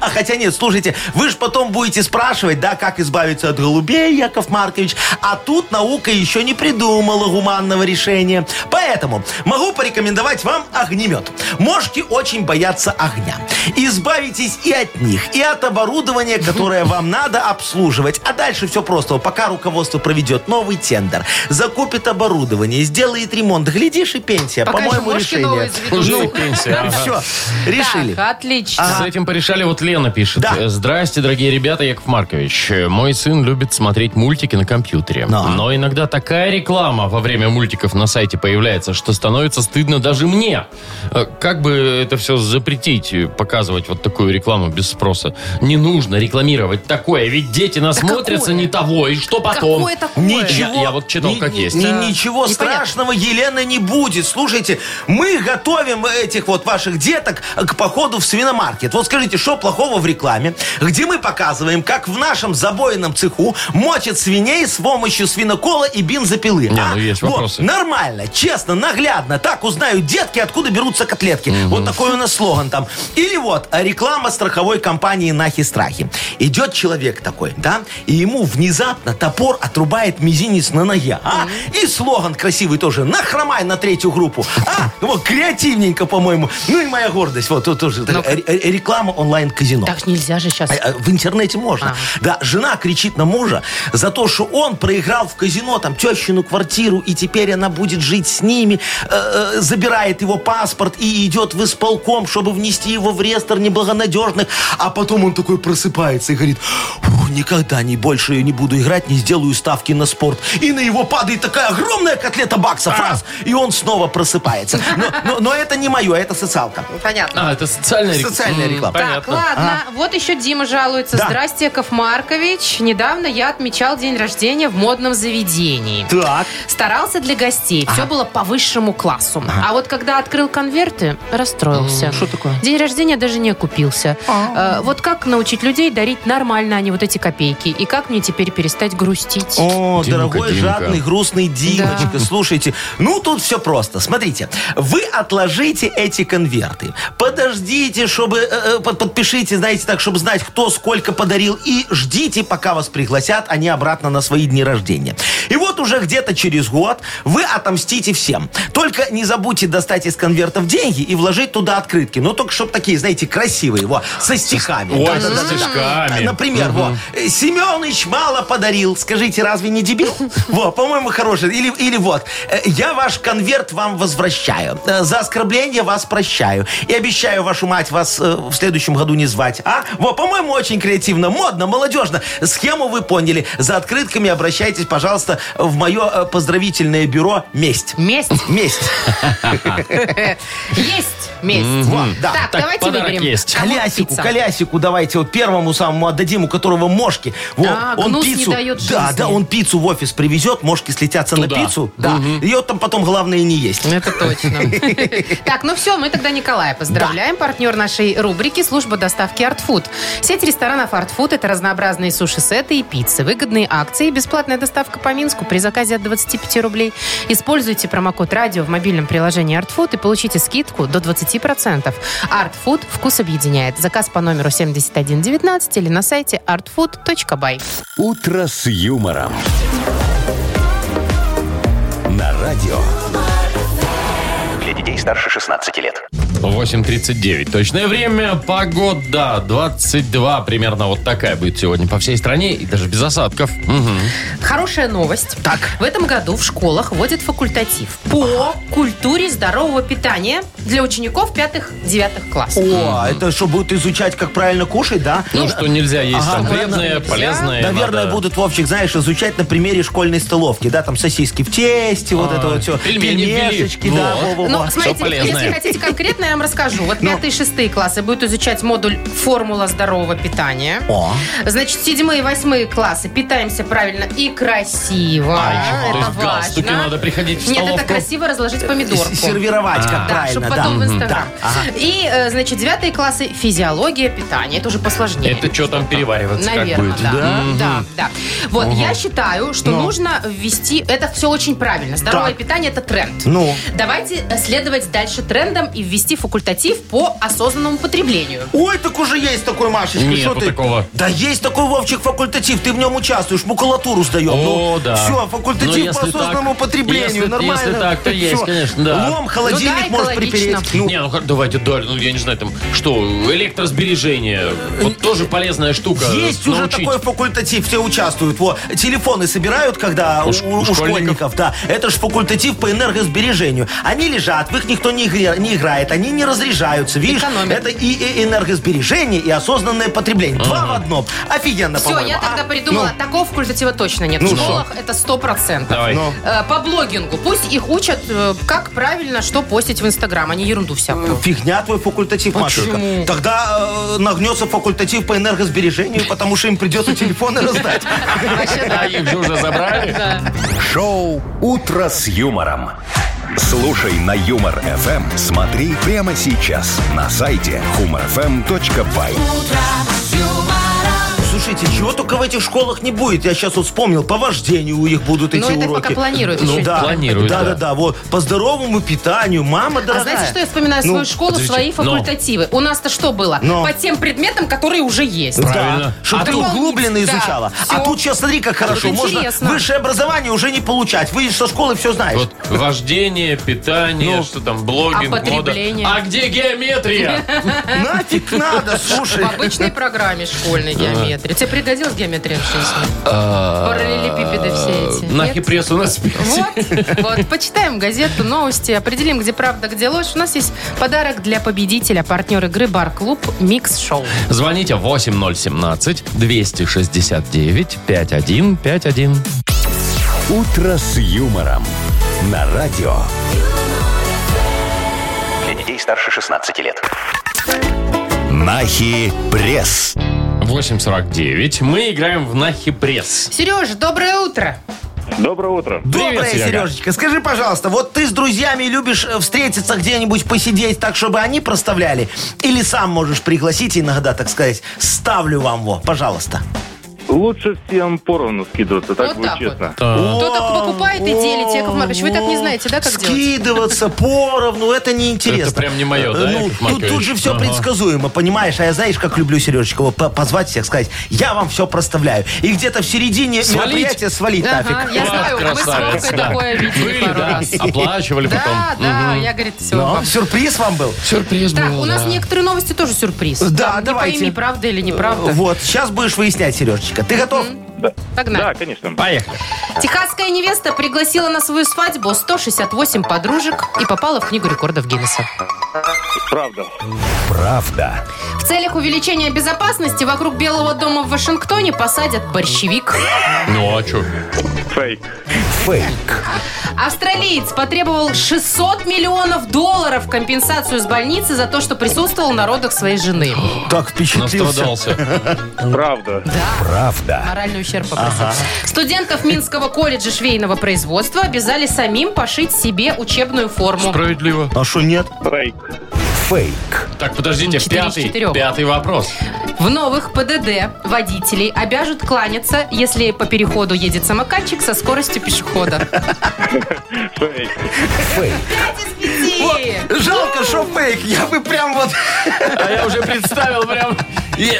Speaker 4: А хотя нет, слушайте, вы же потом будете спрашивать, да, как избавиться от голубей, Яков Маркович. А тут наука еще не придумала гуманного решения. Поэтому могу порекомендовать вам огнемет. Мошки очень боятся огня. Избавитесь и от них, и от оборудования, которое вам надо обслуживать. А дальше все просто. Пока руководство проведет новый тендер, закупит оборудование, сделает ремонт, глядишь и пенсия.
Speaker 3: Пока еще
Speaker 4: По-моему,
Speaker 3: мошки новые
Speaker 4: решение.
Speaker 3: заведут.
Speaker 2: Уже и пенсия. ага.
Speaker 4: Все, решили.
Speaker 3: Так, отлично.
Speaker 2: С этим порешали. Вот Лена пишет.
Speaker 4: А. Да.
Speaker 2: Э, Здрасте, дорогие ребята, Яков Маркович. Э, Мой сын любит смотреть мультики на компьютере.
Speaker 4: Да.
Speaker 2: Но иногда такая реклама во время мультиков на сайте появляется, что становится стыдно даже мне. Э, Как бы это все запретить, э, показывать вот такую рекламу без спроса? Не нужно рекламировать такое, ведь дети насмотрятся
Speaker 3: какое?
Speaker 2: не того, и что потом?
Speaker 3: Какое такое?
Speaker 2: Я- я вот читал,
Speaker 4: ни-
Speaker 2: как
Speaker 4: ни-
Speaker 2: есть.
Speaker 4: ни-
Speaker 3: Да.
Speaker 4: Ничего
Speaker 3: Непонятно.
Speaker 4: страшного, Елена, не будет. Слушайте, мы готовим этих вот ваших деток к походу в свиномаркет. Вот скажите, что плохого в рекламе, где мы показываем, как в нашем забойном цеху мочат свиней с помощью свинокола и бензопилы.
Speaker 2: Не,
Speaker 4: а?
Speaker 2: ну есть
Speaker 4: Вот,
Speaker 2: вопросы.
Speaker 4: нормально, честно, наглядно. Так узнают детки, откуда берутся котлетки. Вот такой у нас слоган там. Или вот а, реклама страховой компании «Нахи страхи». Идет человек такой, да, и ему внезапно топор отрубает мизинец на ноге. А? И слоган красивый тоже. Нахромай на третью группу. А? Вот креативненько, по-моему. Ну и моя гордость. Вот тут тоже ре- ре- реклама онлайн-казино.
Speaker 3: Так нельзя же сейчас.
Speaker 4: А, а, В интернете можно. Да, жена кричит на мужа за то, что он проиграл в казино там тещину квартиру, и теперь она будет жить с ними, э, э, забирает его паспорт и идет в исполком, чтобы внести его в реестр неблагонадежных. А потом он такой просыпается и говорит, «Фу, никогда не больше не буду играть, не сделаю ставки на спорт. И на его падает такая огромная котлета баксов. Раз! И он снова просыпается. Но, но- но это не мое, это социалка.
Speaker 3: Понятно.
Speaker 2: А, это социальная реклама.
Speaker 4: Социальная
Speaker 2: М,
Speaker 4: реклама.
Speaker 3: Так,
Speaker 2: Понятно.
Speaker 3: ладно. Вот еще Дима жалуется.
Speaker 4: А. Да.
Speaker 3: Здрасте, Яков Маркович. Недавно я отмечал день рождения в модном заведении.
Speaker 4: Так.
Speaker 3: Старался для гостей. Все было по высшему классу. А вот когда открыл конверты, расстроился. Что такое? День рождения даже не купился.
Speaker 4: А.
Speaker 3: Э, Вот как научить людей дарить нормально, а не вот эти копейки? И как мне теперь перестать грустить?
Speaker 4: О,
Speaker 2: Димка,
Speaker 4: дорогой,
Speaker 2: Димка.
Speaker 4: жадный, грустный Димочка, слушайте. Ну, тут все просто. Смотрите, вы отложите эти конверты. Подождите, чтобы... э, э, под- подпишите, знаете, так, чтобы знать, кто сколько подарил. И ждите, пока вас пригласят они обратно на свои дни рождения. И вот уже где-то через год вы отомстите всем. Только не забудьте достать из конвертов деньги и вложить туда открытки. Но только чтобы такие, знаете, красивые, во, со стихами.
Speaker 2: Ой,
Speaker 4: Да-да-да-да.
Speaker 2: со стишками.
Speaker 4: Например, во, Э, Семеныч мало подарил. Скажите, разве не дебил? Во, по-моему, хороший. Или, или вот. э, Я ваш конверт вам возвращаю. Э, За оскорбление вас прощаю. И обещаю вашу мать вас э, в следующем году не звать. А? Во, по-моему, очень креативно, модно, молодежно. Схему вы поняли. За открытками обращайтесь, пожалуйста, в мое э, поздравительное бюро «Месть».
Speaker 3: Месть.
Speaker 4: Месть.
Speaker 3: Есть месть.
Speaker 4: Вот, да.
Speaker 3: Так,
Speaker 2: Так,
Speaker 3: давайте
Speaker 2: подарок
Speaker 3: выберем.
Speaker 2: есть.
Speaker 3: Кому
Speaker 4: Колясику,
Speaker 3: пицца?
Speaker 4: колясику давайте вот первому самому отдадим, у которого мошки. Вот,
Speaker 3: А,
Speaker 4: он
Speaker 3: гнус не
Speaker 4: пиццу,
Speaker 3: дает
Speaker 4: да,
Speaker 3: жизни.
Speaker 4: да, он пиццу в офис привезет, мошки слетятся
Speaker 2: Туда.
Speaker 4: на пиццу, да. Ее там потом главное не есть.
Speaker 3: Это точно. Так, ну все, мы тогда Николая поздравляем. Партнер нашей рубрики – служба доставки Art Food. Сеть ресторанов Art Food – это разнообразные суши-сеты и пиццы, выгодные акции, бесплатная доставка по Минску при заказе от 25 рублей. Используйте промокод «Радио» в мобильном приложении Art Food и получите скидку до 20%. Art Food – вкус объединяет. Заказ по номеру 7119 или на сайте artfood.by.
Speaker 1: «Утро с юмором». На радио
Speaker 5: Для детей старше 16 лет.
Speaker 2: 8.39. Точное время. Погода 22 примерно вот такая будет сегодня по всей стране и даже без осадков. Мгм.
Speaker 3: Хорошая новость.
Speaker 4: Так.
Speaker 3: В этом году в школах вводят факультатив по культуре здорового питания для учеников пятых-девятых классов.
Speaker 4: О, это что, будут изучать, как правильно кушать, да?
Speaker 2: Ну, что нельзя есть
Speaker 4: Ага,
Speaker 2: там
Speaker 4: ладно,
Speaker 2: вредное,
Speaker 3: нельзя.
Speaker 2: полезное.
Speaker 4: Наверное,
Speaker 2: надо.
Speaker 4: будут, Вовчик, знаешь, изучать на примере школьной столовки, да, там сосиски в тесте, вот это вот все.
Speaker 2: пельмени ввели.
Speaker 4: Пельмешечки, да,
Speaker 2: Вот.
Speaker 4: во-во-во.
Speaker 3: Ну, смотрите,
Speaker 2: полезное. Ну.
Speaker 3: если хотите конкретно, я вам расскажу. Вот пятые-шестые классы будут изучать модуль «Формула здорового питания».
Speaker 4: О,
Speaker 3: Значит, седьмые и восьмые классы питаемся правильно и красиво.
Speaker 2: А, еще, то
Speaker 3: это
Speaker 2: есть в галстуке
Speaker 3: важно.
Speaker 2: надо приходить в
Speaker 3: Нет, это
Speaker 2: столовку.
Speaker 3: красиво разложить помидорку.
Speaker 4: с- сервировать, как
Speaker 3: А. Да,
Speaker 4: правильно,
Speaker 3: чтобы
Speaker 4: да.
Speaker 3: потом в
Speaker 4: Мгм.
Speaker 3: Инстаграм.
Speaker 4: Да, ага.
Speaker 3: И, э, значит, девятые классы – физиология питания. Это уже посложнее.
Speaker 2: Это что там перевариваться как
Speaker 3: Наверное,
Speaker 2: будет?
Speaker 3: да. Да? да, Вот, я считаю, что нужно ввести... Это все очень правильно. Здоровое
Speaker 4: Ну. Так.
Speaker 3: питание – это тренд.
Speaker 4: Ну.
Speaker 3: Давайте э, следовать дальше трендам и ввести факультатив по осознанному потреблению.
Speaker 4: Ой, так уже есть такой, Машечка,
Speaker 2: Нету
Speaker 4: что ты?
Speaker 2: такого.
Speaker 4: Да есть такой, Вовчик, факультатив, ты в нем участвуешь, макулатуру сдаем.
Speaker 2: О,
Speaker 4: ну,
Speaker 2: да.
Speaker 4: Все,
Speaker 2: Ну,
Speaker 4: факультатив
Speaker 2: если
Speaker 4: по осознанному
Speaker 2: так-
Speaker 4: потреблению,
Speaker 2: если-
Speaker 4: нормально.
Speaker 2: если так, то есть,
Speaker 4: Всё.
Speaker 2: конечно, да.
Speaker 4: Лом, холодильник
Speaker 3: Ну да,
Speaker 4: может
Speaker 3: экологично.
Speaker 4: припереть. Ну,
Speaker 2: Не, ну как- давайте дальше. Ну, я не знаю, там что, электросбережение. Вот тоже полезная штука.
Speaker 4: Есть
Speaker 2: ну,
Speaker 4: уже
Speaker 2: Научить.
Speaker 4: такой факультатив, все участвуют. Во, телефоны собирают, когда у,
Speaker 2: ш-
Speaker 4: у
Speaker 2: у
Speaker 4: школьников.
Speaker 2: школьников,
Speaker 4: да. Это же факультатив по энергосбережению. Они лежат, в их никто не, игре- не играет, они не разряжаются. Видишь,
Speaker 3: Экономят.
Speaker 4: это и, э- энергосбережение, и осознанное потребление. Два в одном. Офигенно,
Speaker 3: Все,
Speaker 4: по-моему.
Speaker 3: я
Speaker 4: а?
Speaker 3: тогда придумала.
Speaker 4: Ну,
Speaker 3: Такого факультатива точно нет.
Speaker 4: Ну,
Speaker 3: в школах это сто процентов.
Speaker 2: Давай.
Speaker 3: Э, По блогингу. Пусть их учат, э, как правильно что постить в Инстаграм, а не ерунду
Speaker 4: Ну,
Speaker 3: всякую.
Speaker 4: Фигня твой
Speaker 2: А
Speaker 4: факультатив, Машенька. Тогда э, нагнется факультатив по энергосбережению, потому что им придется телефоны раздать.
Speaker 2: А их же уже забрали.
Speaker 1: Шоу «Утро с юмором». Слушай на Юмор ФМ. Смотри прямо сейчас на сайте humorfm.by.
Speaker 4: Слушайте, чего только в этих школах не будет. Я сейчас вот вспомнил, по вождению у них будут эти
Speaker 3: Но Ну, это
Speaker 4: уроки.
Speaker 3: пока планируют.
Speaker 2: Ну,
Speaker 3: еще.
Speaker 2: да. Планируют,
Speaker 4: да,
Speaker 2: да.
Speaker 4: да, да, вот по здоровому питанию, мама
Speaker 3: А
Speaker 4: дорогая.
Speaker 3: знаете, что я вспоминаю свою
Speaker 4: Ну,
Speaker 3: школу,
Speaker 2: подождите, но.
Speaker 3: свои факультативы? У нас-то что было?
Speaker 4: Но.
Speaker 3: По тем предметам, которые уже есть.
Speaker 4: Да,
Speaker 2: Правильно.
Speaker 4: чтобы
Speaker 3: А
Speaker 4: ты
Speaker 3: тут-
Speaker 4: углубленно
Speaker 3: да,
Speaker 4: изучала. а
Speaker 3: всё.
Speaker 4: тут сейчас смотри, как хорошо.
Speaker 3: Тут
Speaker 4: Можно
Speaker 3: интересно.
Speaker 4: высшее образование уже не получать. Выйдешь со школы, все знаешь.
Speaker 2: Вот вождение, питание,
Speaker 4: Ну.
Speaker 2: что там, блогинг,
Speaker 3: а
Speaker 2: мода.
Speaker 3: потребление?
Speaker 2: А где геометрия?
Speaker 4: Нафиг надо, слушай.
Speaker 3: В обычной программе школьной геометрии. Тебе пригодилась геометрия в жизни? Параллелепипеды все эти.
Speaker 2: А, На
Speaker 3: Нет?
Speaker 2: хипресс у нас впереди.
Speaker 3: Вот, вот, почитаем газету, новости, определим, где правда, где ложь. У нас есть подарок для победителя, партнер игры «Бар-клуб Микс Шоу».
Speaker 2: Звоните 8017-269-5151.
Speaker 1: «Утро с юмором» на радио.
Speaker 5: Для детей старше 16 лет.
Speaker 1: Нахи пресс.
Speaker 2: 8.49. Мы играем в Нахи Пресс.
Speaker 3: Сережа, доброе утро.
Speaker 6: Доброе утро.
Speaker 4: Доброе,
Speaker 2: Привет, Серега.
Speaker 4: Сережечка. Скажи, пожалуйста, вот ты с друзьями любишь э, встретиться где-нибудь, посидеть так, чтобы они проставляли? Или сам можешь пригласить иногда, так сказать, ставлю вам во, пожалуйста.
Speaker 6: Лучше всем поровну скидываться, так
Speaker 3: Вот
Speaker 6: будет
Speaker 3: так вот.
Speaker 6: честно.
Speaker 2: А.
Speaker 3: Кто так покупает и делит, Яков Маркович? Вы так не знаете, да, как делать?
Speaker 4: Скидываться поровну, это неинтересно.
Speaker 2: Это прям не мое, да,
Speaker 4: Э,
Speaker 2: Яков
Speaker 4: Ну, тут,
Speaker 2: Маркович?
Speaker 4: тут же все
Speaker 2: Ага.
Speaker 4: предсказуемо, понимаешь? А я, знаешь, как люблю, Сережечка, вот по- позвать всех, сказать, я вам все проставляю. И где-то в середине
Speaker 2: Свалить?
Speaker 4: мероприятия свалить
Speaker 3: Ага,
Speaker 4: нафиг.
Speaker 3: я знаю, мы с
Speaker 2: красавец,
Speaker 3: Вовкой
Speaker 2: да.
Speaker 3: такое видели
Speaker 2: Были,
Speaker 3: пару
Speaker 2: да,
Speaker 3: раз.
Speaker 2: оплачивали
Speaker 3: Да,
Speaker 2: потом.
Speaker 3: да, я, говорит, все.
Speaker 4: Ну, сюрприз вам был?
Speaker 2: Сюрприз
Speaker 3: Так,
Speaker 2: был,
Speaker 3: у нас
Speaker 2: ну да.
Speaker 3: некоторые новости тоже сюрприз.
Speaker 4: Да,
Speaker 3: Там
Speaker 4: давайте. Э,
Speaker 3: Не пойми, правда или неправда.
Speaker 4: Вот, сейчас будешь выяснять, Сережечка. Ты готов?
Speaker 6: Да.
Speaker 3: Погнали.
Speaker 6: Да, конечно.
Speaker 2: Поехали.
Speaker 3: Техасская невеста пригласила на свою свадьбу 168 подружек и попала в Книгу рекордов Гиннесса.
Speaker 6: Правда.
Speaker 1: Правда.
Speaker 3: В целях увеличения безопасности вокруг Белого дома в Вашингтоне посадят борщевик.
Speaker 2: Ну, а что?
Speaker 6: Фейк.
Speaker 1: Фейк.
Speaker 3: Австралиец потребовал 600 миллионов долларов компенсацию с больницы за то, что присутствовал на родах своей жены.
Speaker 4: Так впечатлился.
Speaker 2: Настрадался.
Speaker 6: Правда.
Speaker 1: Правда.
Speaker 3: Моральный ущерб попросил. Студентов Минского колледжа швейного производства обязали самим пошить себе учебную форму.
Speaker 2: Справедливо.
Speaker 4: А что нет?
Speaker 6: Фейк.
Speaker 1: Фейк.
Speaker 2: Так, подождите,
Speaker 3: Четыре из
Speaker 2: пятый,
Speaker 3: четырех.
Speaker 2: пятый вопрос.
Speaker 3: В новых ПДД водителей обяжут кланяться, если по переходу едет самокатчик со скоростью пешехода.
Speaker 6: Фейк.
Speaker 1: Фейк.
Speaker 3: Пять из пяти. Фейковые.
Speaker 4: Жалко, что фейк. Я бы прям вот...
Speaker 2: А я уже представил прям... И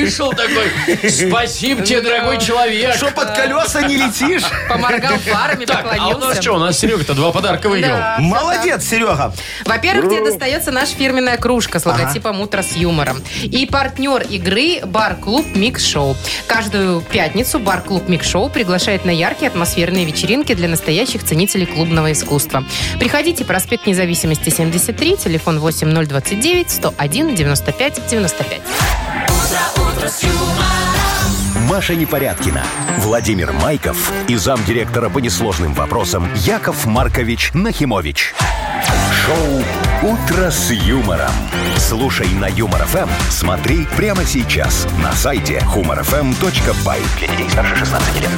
Speaker 2: вышел такой. Спасибо тебе, дорогой человек.
Speaker 4: Что
Speaker 3: э,
Speaker 4: под колеса не летишь?
Speaker 3: Поморгал фарами,
Speaker 2: Так, а у нас
Speaker 3: поклонился.
Speaker 2: что? У нас Серега-то два подарка выиграл.
Speaker 3: Да.
Speaker 4: Молодец, Серега.
Speaker 3: Во-первых, тебе достается наша фирменная кружка с логотипом «Утро с юмором». И партнер игры «Бар-клуб Микс Шоу». Каждую пятницу «Бар-клуб Микс Шоу» приглашает на яркие атмосферные вечеринки для настоящих ценителей клубного искусства. Приходите, проспект Независимости, 73, телефон 8029 101 95 95.
Speaker 1: Маша Непорядкина, Владимир Майков и замдиректора по несложным вопросам Яков Маркович Нахимович. Шоу «Утро с юмором». Слушай на Юмор ФМ, смотри прямо сейчас на сайте humorfm.by. Для детей старше 16 лет.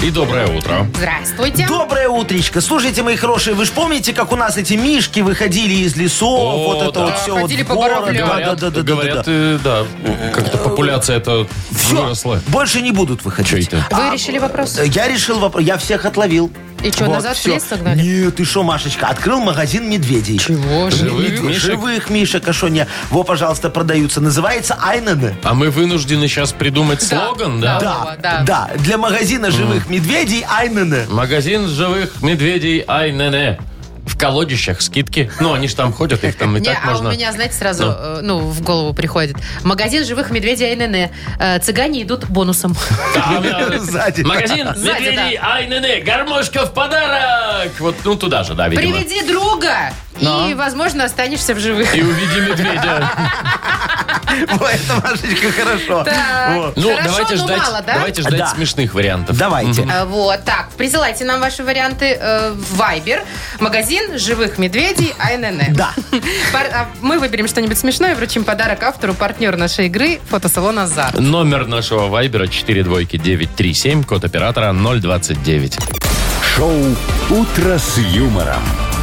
Speaker 2: И доброе утро.
Speaker 3: Здравствуйте.
Speaker 4: Доброе утречко. Слушайте, мои хорошие, вы же помните, как у нас эти мишки выходили из лесов,
Speaker 2: О,
Speaker 4: вот это
Speaker 2: да.
Speaker 4: вот все
Speaker 3: Ходили
Speaker 4: вот
Speaker 3: по
Speaker 4: город,
Speaker 3: гороблям.
Speaker 2: Говорят,
Speaker 4: да, да, да, да, да, да,
Speaker 2: говорят, э, да, как-то популяция это
Speaker 4: Всё,
Speaker 2: выросла.
Speaker 4: больше не будут выходить.
Speaker 2: Чё это?
Speaker 3: Вы решили вопрос?
Speaker 4: Я решил вопрос, я всех отловил.
Speaker 3: И что,
Speaker 4: Вот,
Speaker 3: назад в
Speaker 4: всё.
Speaker 3: лес согнали?
Speaker 4: Нет, ты что, Машечка, открыл магазин медведей.
Speaker 3: Чего же?
Speaker 2: Живых
Speaker 4: Мед-
Speaker 2: мишек?
Speaker 4: Живых мишек, а что не? Во, пожалуйста, продаются. Называется Айнены.
Speaker 2: А мы вынуждены сейчас придумать
Speaker 3: Да,
Speaker 2: слоган, да?
Speaker 3: да.
Speaker 4: Да,
Speaker 3: Вова, да.
Speaker 4: да, для магазина живых медведей Айнены.
Speaker 2: Магазин живых медведей Айнене. В колодищах скидки. Ну, они же там ходят, их там и
Speaker 3: Не,
Speaker 2: так
Speaker 3: а
Speaker 2: можно.
Speaker 3: у меня, знаете, сразу
Speaker 2: Ну.
Speaker 3: э, ну, в голову приходит. Магазин живых медведей АНН. Э, Цыгане идут бонусом.
Speaker 2: Да, да.
Speaker 4: Сзади.
Speaker 2: Магазин
Speaker 3: Сзади,
Speaker 2: медведей Айнене. Гармошка в подарок. Вот, ну, туда же, да, видимо.
Speaker 3: Приведи друга, и, возможно, останешься в живых.
Speaker 2: И уведи медведя.
Speaker 4: Во, Это, Машечка, хорошо.
Speaker 3: Так,
Speaker 4: Во.
Speaker 2: Ну,
Speaker 3: Э, хорошо,
Speaker 2: давайте
Speaker 3: но
Speaker 2: ждать,
Speaker 3: мало, да?
Speaker 2: давайте ждать
Speaker 4: Да.
Speaker 2: смешных вариантов.
Speaker 4: Давайте.
Speaker 3: А, Вот, так, присылайте нам ваши варианты э, в Вайбер. магазин живых медведей АНН.
Speaker 4: Да.
Speaker 3: Пар- а Мы выберем что-нибудь смешное и вручим подарок автору, партнеру нашей игры, фотосалон «Азар».
Speaker 2: Номер нашего вайбера 42937, код оператора 029.
Speaker 1: Шоу «Утро с юмором»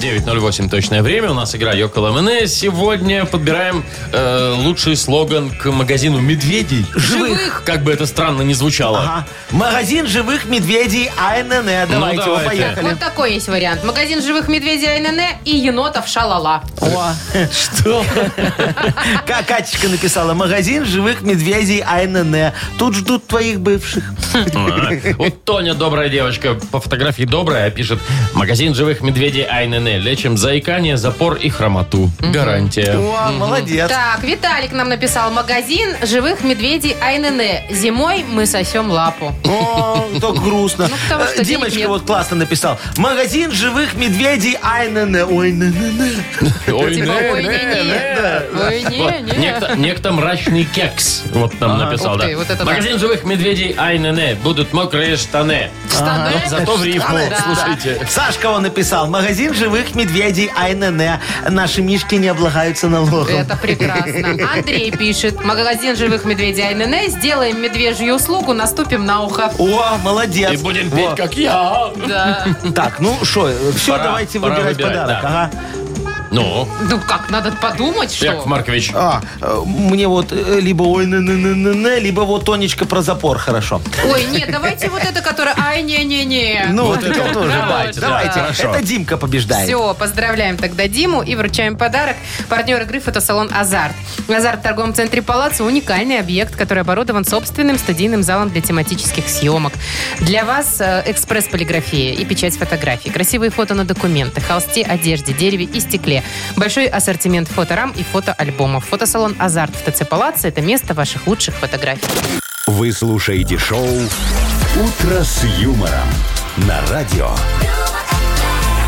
Speaker 2: 9.08 точное время. У нас игра Йокола МН. Сегодня подбираем э, лучший слоган к магазину медведей.
Speaker 4: Живых.
Speaker 2: Как бы это странно ни звучало.
Speaker 4: Ага. Магазин живых медведей АНН. Давайте, во,
Speaker 2: давайте.
Speaker 4: поехали.
Speaker 3: Вот такой есть вариант. Магазин живых медведей АНН и енотов «Шалала».
Speaker 4: О.
Speaker 2: Что?
Speaker 4: Как Катечка написала, магазин живых медведей АНН. Тут ждут твоих бывших.
Speaker 2: Вот Тоня, добрая девочка, по фотографии добрая, пишет. Магазин живых медведей АНН. Лечим заикание, запор и хромоту. Гарантия.
Speaker 4: О, молодец.
Speaker 3: Так, Виталик нам написал магазин живых медведей АНН. Зимой мы сосем лапу.
Speaker 4: О, так грустно.
Speaker 3: Ну, потому что
Speaker 4: Э,
Speaker 3: денег нет.
Speaker 4: Димочка вот классно написал. Магазин живых медведей АНН. Ой, НН.
Speaker 2: Ой,
Speaker 3: Типа,
Speaker 2: не, не,
Speaker 3: ой, не, не,
Speaker 2: не.
Speaker 3: ой, не,
Speaker 2: Вот,
Speaker 3: не.
Speaker 2: Некто, некто мрачный кекс. Вот нам написал,
Speaker 3: Ух
Speaker 2: да.
Speaker 3: ты, вот это да.
Speaker 2: Магазин живых медведей АНН. Будут мокрые штаны.
Speaker 3: Штаны.
Speaker 2: Ну, Зато в рифму,
Speaker 4: Штаны,
Speaker 3: да.
Speaker 2: слушайте.
Speaker 4: Сашка он написал. Магазин живых медведей АНН. Наши мишки не облагаются налогом.
Speaker 3: Это прекрасно. Андрей пишет. Магазин живых медведей АНН. Сделаем медвежью услугу, наступим на ухо.
Speaker 4: О, молодец.
Speaker 2: И будем
Speaker 4: Во.
Speaker 2: петь, как я.
Speaker 3: Да.
Speaker 4: Так, ну что, все,
Speaker 2: Пора,
Speaker 4: давайте
Speaker 2: пора
Speaker 4: выбирать
Speaker 2: выбирать,
Speaker 4: подарок.
Speaker 2: да.
Speaker 4: Ага.
Speaker 2: Ну,
Speaker 3: Ну как, надо подумать,
Speaker 2: Яков
Speaker 3: что...
Speaker 2: Маркович.
Speaker 4: А, э, мне вот э, либо ой н н н н либо вот Тонечка про запор хорошо.
Speaker 3: Ой, нет, давайте вот это, которое... Ай, не-не-не.
Speaker 4: Ну, вот это
Speaker 2: вот.
Speaker 4: тоже,
Speaker 2: Давайте,
Speaker 4: давайте.
Speaker 2: да,
Speaker 4: Давайте.
Speaker 2: хорошо.
Speaker 4: Это Димка побеждает.
Speaker 3: Все, поздравляем тогда Диму и вручаем подарок. Партнер игры фотосалон «Азарт». «Азарт» в торговом центре «Палаццо» – уникальный объект, который оборудован собственным студийным залом для тематических съемок. Для вас э, экспресс-полиграфия и печать фотографий, красивые фото на документах, холсте, одежде, дереве и стекле, большой ассортимент фоторам и фотоальбомов. Фотосалон «Азарт» в ТЦ «Палаццо» – это место ваших лучших фотографий.
Speaker 1: Вы слушаете шоу «Утро с юмором» на радио.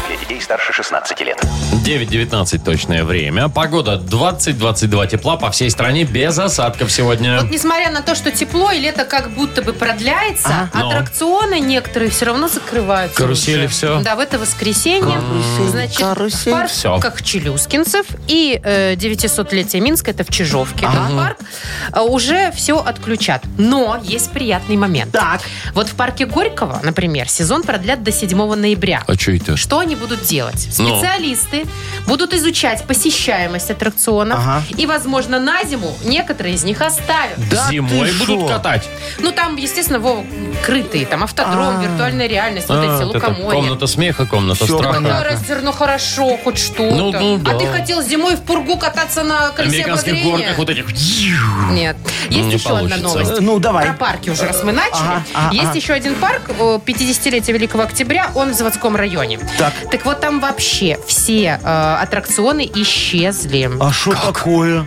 Speaker 5: Для детей старше 16 лет.
Speaker 2: 9.19 точное время. Погода 20-22 тепла по всей стране без осадков сегодня.
Speaker 3: Вот несмотря на то, что тепло и лето как будто бы продляется,
Speaker 2: но.
Speaker 3: аттракционы некоторые все равно закрываются.
Speaker 2: Карусели
Speaker 3: уже.
Speaker 2: всё?
Speaker 3: Да, в это воскресенье. Значит,
Speaker 4: карусель.
Speaker 3: парк
Speaker 2: Всё.
Speaker 3: как Челюскинцев и э, 900-летие Минска, это в Чижовке, да, парк, э, уже все отключат. Но есть приятный момент.
Speaker 4: Так.
Speaker 3: Вот в парке Горького, например, сезон продлят до 7 ноября.
Speaker 2: что А это?
Speaker 3: Что они будут делать?
Speaker 2: Ну.
Speaker 3: Специалисты будут изучать посещаемость аттракционов.
Speaker 4: Ага.
Speaker 3: И, возможно, на зиму некоторые из них оставят.
Speaker 4: Да
Speaker 2: Зимой
Speaker 4: ты
Speaker 2: будут
Speaker 4: шо?
Speaker 2: катать.
Speaker 3: Ну, там, естественно, Вова, крытые. Там автодром, виртуальная реальность, вот
Speaker 2: А,
Speaker 3: эти
Speaker 2: вот это
Speaker 3: лукоморья.
Speaker 2: комната смеха, комната
Speaker 4: Всё
Speaker 2: страха.
Speaker 4: понятно.
Speaker 3: Ростер, ну хорошо, хоть что-то.
Speaker 2: Ну, ну, да.
Speaker 3: А ты хотел зимой в пургу кататься на колесе
Speaker 2: Американских
Speaker 3: обозрения?
Speaker 2: горках вот этих.
Speaker 3: Нет. Есть
Speaker 2: Не
Speaker 3: еще
Speaker 2: получится.
Speaker 3: одна новость.
Speaker 4: Э, Ну, давай.
Speaker 3: Про парки уже, раз мы начали.
Speaker 4: Ага, ага,
Speaker 3: Есть
Speaker 4: ага.
Speaker 3: еще один парк, э, 50-летие Великого Октября, он в заводском районе.
Speaker 4: Так.
Speaker 3: Так вот там вообще все э, аттракционы исчезли.
Speaker 4: А что такое?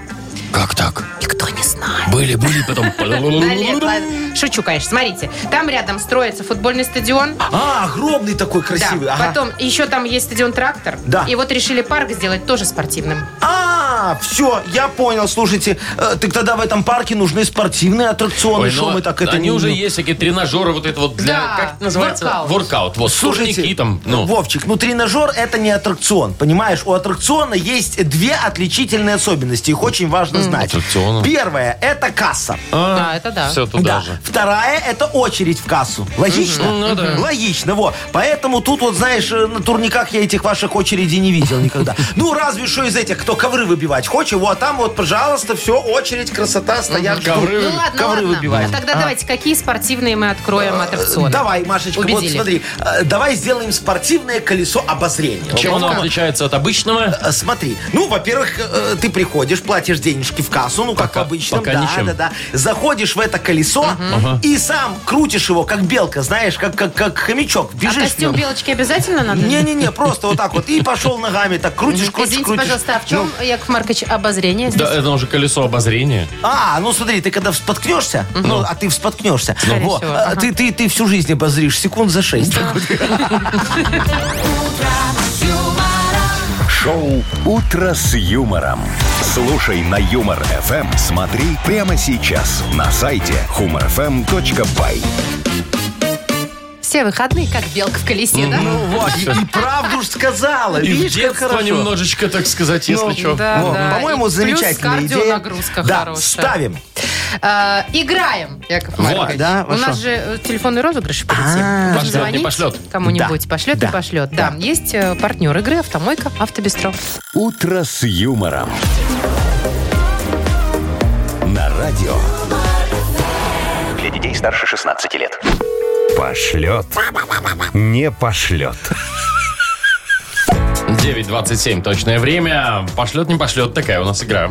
Speaker 2: Как так?
Speaker 3: Никто не знает.
Speaker 2: Были, были, потом... ну,
Speaker 3: Да, Лен, ладно. Шучу, конечно. Смотрите, там рядом строится футбольный стадион.
Speaker 4: А, огромный такой
Speaker 3: Да.
Speaker 4: красивый. ага.
Speaker 3: Потом еще там есть стадион трактор.
Speaker 4: Да.
Speaker 3: И вот решили парк сделать тоже спортивным.
Speaker 4: А, все, я понял, слушайте, э, так тогда в этом парке нужны спортивные аттракционы,
Speaker 2: Ой,
Speaker 4: что
Speaker 2: ну,
Speaker 4: мы так это
Speaker 2: Они
Speaker 4: не-
Speaker 2: уже есть всякие тренажеры вот это вот для...
Speaker 3: Да,
Speaker 2: Как это называется?
Speaker 3: воркаут.
Speaker 2: Воркаут. Вот, турники
Speaker 4: Слушайте,
Speaker 2: там, ну...
Speaker 4: Вовчик, ну тренажер это не аттракцион, понимаешь? У аттракциона есть две отличительные особенности, их очень важно знать.
Speaker 2: Аттракциона.
Speaker 4: Первое это касса.
Speaker 3: да, А, это да.
Speaker 2: Все туда же.
Speaker 4: Вторая это очередь в кассу. Логично?
Speaker 2: Ну да.
Speaker 4: Логично, вот. Поэтому тут вот, знаешь, э, на турниках я этих ваших очередей не видел никогда. Ну, разве что из этих, кто ковры выбивать хочет, вот там вот, пожалуйста, все, очередь, красота, стоят, ждут.
Speaker 2: Ковры
Speaker 3: Ну ладно,
Speaker 4: ковры
Speaker 3: ладно.
Speaker 4: выбивать.
Speaker 3: А тогда давайте, какие спортивные мы откроем аттракционы?
Speaker 4: Давай, Машечка, вот
Speaker 3: Убедили.
Speaker 4: смотри, э, давай сделаем спортивное колесо обозрения.
Speaker 2: Чем оно отличается от обычного?
Speaker 4: Э, Смотри, ну, во-первых, э, ты приходишь, платишь денежки в кассу, ну, как
Speaker 2: Пока-
Speaker 4: обычно,
Speaker 2: пока
Speaker 4: да,
Speaker 2: ничем.
Speaker 4: да, да. Заходишь в это колесо и сам крутишь его, как белка, знаешь, как, как, как хомячок.
Speaker 3: А
Speaker 4: Бежишь ну. в
Speaker 3: костюм
Speaker 4: нем.
Speaker 3: белочки обязательно надо?
Speaker 4: Не-не-не, просто вот так вот. И пошел ногами, так крутишь, крутишь,
Speaker 3: Извините,
Speaker 4: крутишь.
Speaker 3: пожалуйста, а в чем, Яков Маркович, обозрение здесь?
Speaker 2: Да, это уже колесо обозрения.
Speaker 4: Ну, а, ну смотри, ты когда вспоткнешься, ну, а ты вспоткнешься,
Speaker 3: Скорее
Speaker 4: во,
Speaker 3: всего,
Speaker 4: а,
Speaker 3: ага.
Speaker 4: ты, ты, ты всю жизнь обозришь, секунд за шесть.
Speaker 1: Шоу «Утро с юмором». Слушай на Юмор ФМ. Смотри прямо сейчас на сайте humorfm.by.
Speaker 3: Все выходные, как белка в колесе, да?
Speaker 4: Ну вот, и, и правду ж сказала,
Speaker 2: И в
Speaker 4: видишь, как
Speaker 2: детство
Speaker 4: хорошо.
Speaker 2: немножечко, так сказать, если
Speaker 4: Ну,
Speaker 2: что.
Speaker 3: да,
Speaker 4: Во,
Speaker 3: да. И
Speaker 4: По-моему,
Speaker 3: плюс
Speaker 4: замечательная идея.
Speaker 3: кардионагрузка
Speaker 4: да,
Speaker 3: хорошая.
Speaker 4: ставим.
Speaker 3: А, играем, Яков Маркович.
Speaker 4: да,
Speaker 3: У
Speaker 4: а
Speaker 3: нас
Speaker 4: шо?
Speaker 3: же э, телефонный розыгрыш впереди.
Speaker 4: А,
Speaker 3: Нужно
Speaker 2: пошлет,
Speaker 3: звонить
Speaker 2: не пошлет.
Speaker 3: Кому-нибудь
Speaker 4: Да.
Speaker 3: пошлет
Speaker 4: Да.
Speaker 3: и пошлет. Да, есть э, партнер игры «Автомойка Автобестро».
Speaker 1: «Утро с юмором». На радио
Speaker 5: Для детей старше 16 лет.
Speaker 7: Пошлет. Не пошлет.
Speaker 2: 9.27 точное время. Пошлет, не пошлет, такая у нас игра.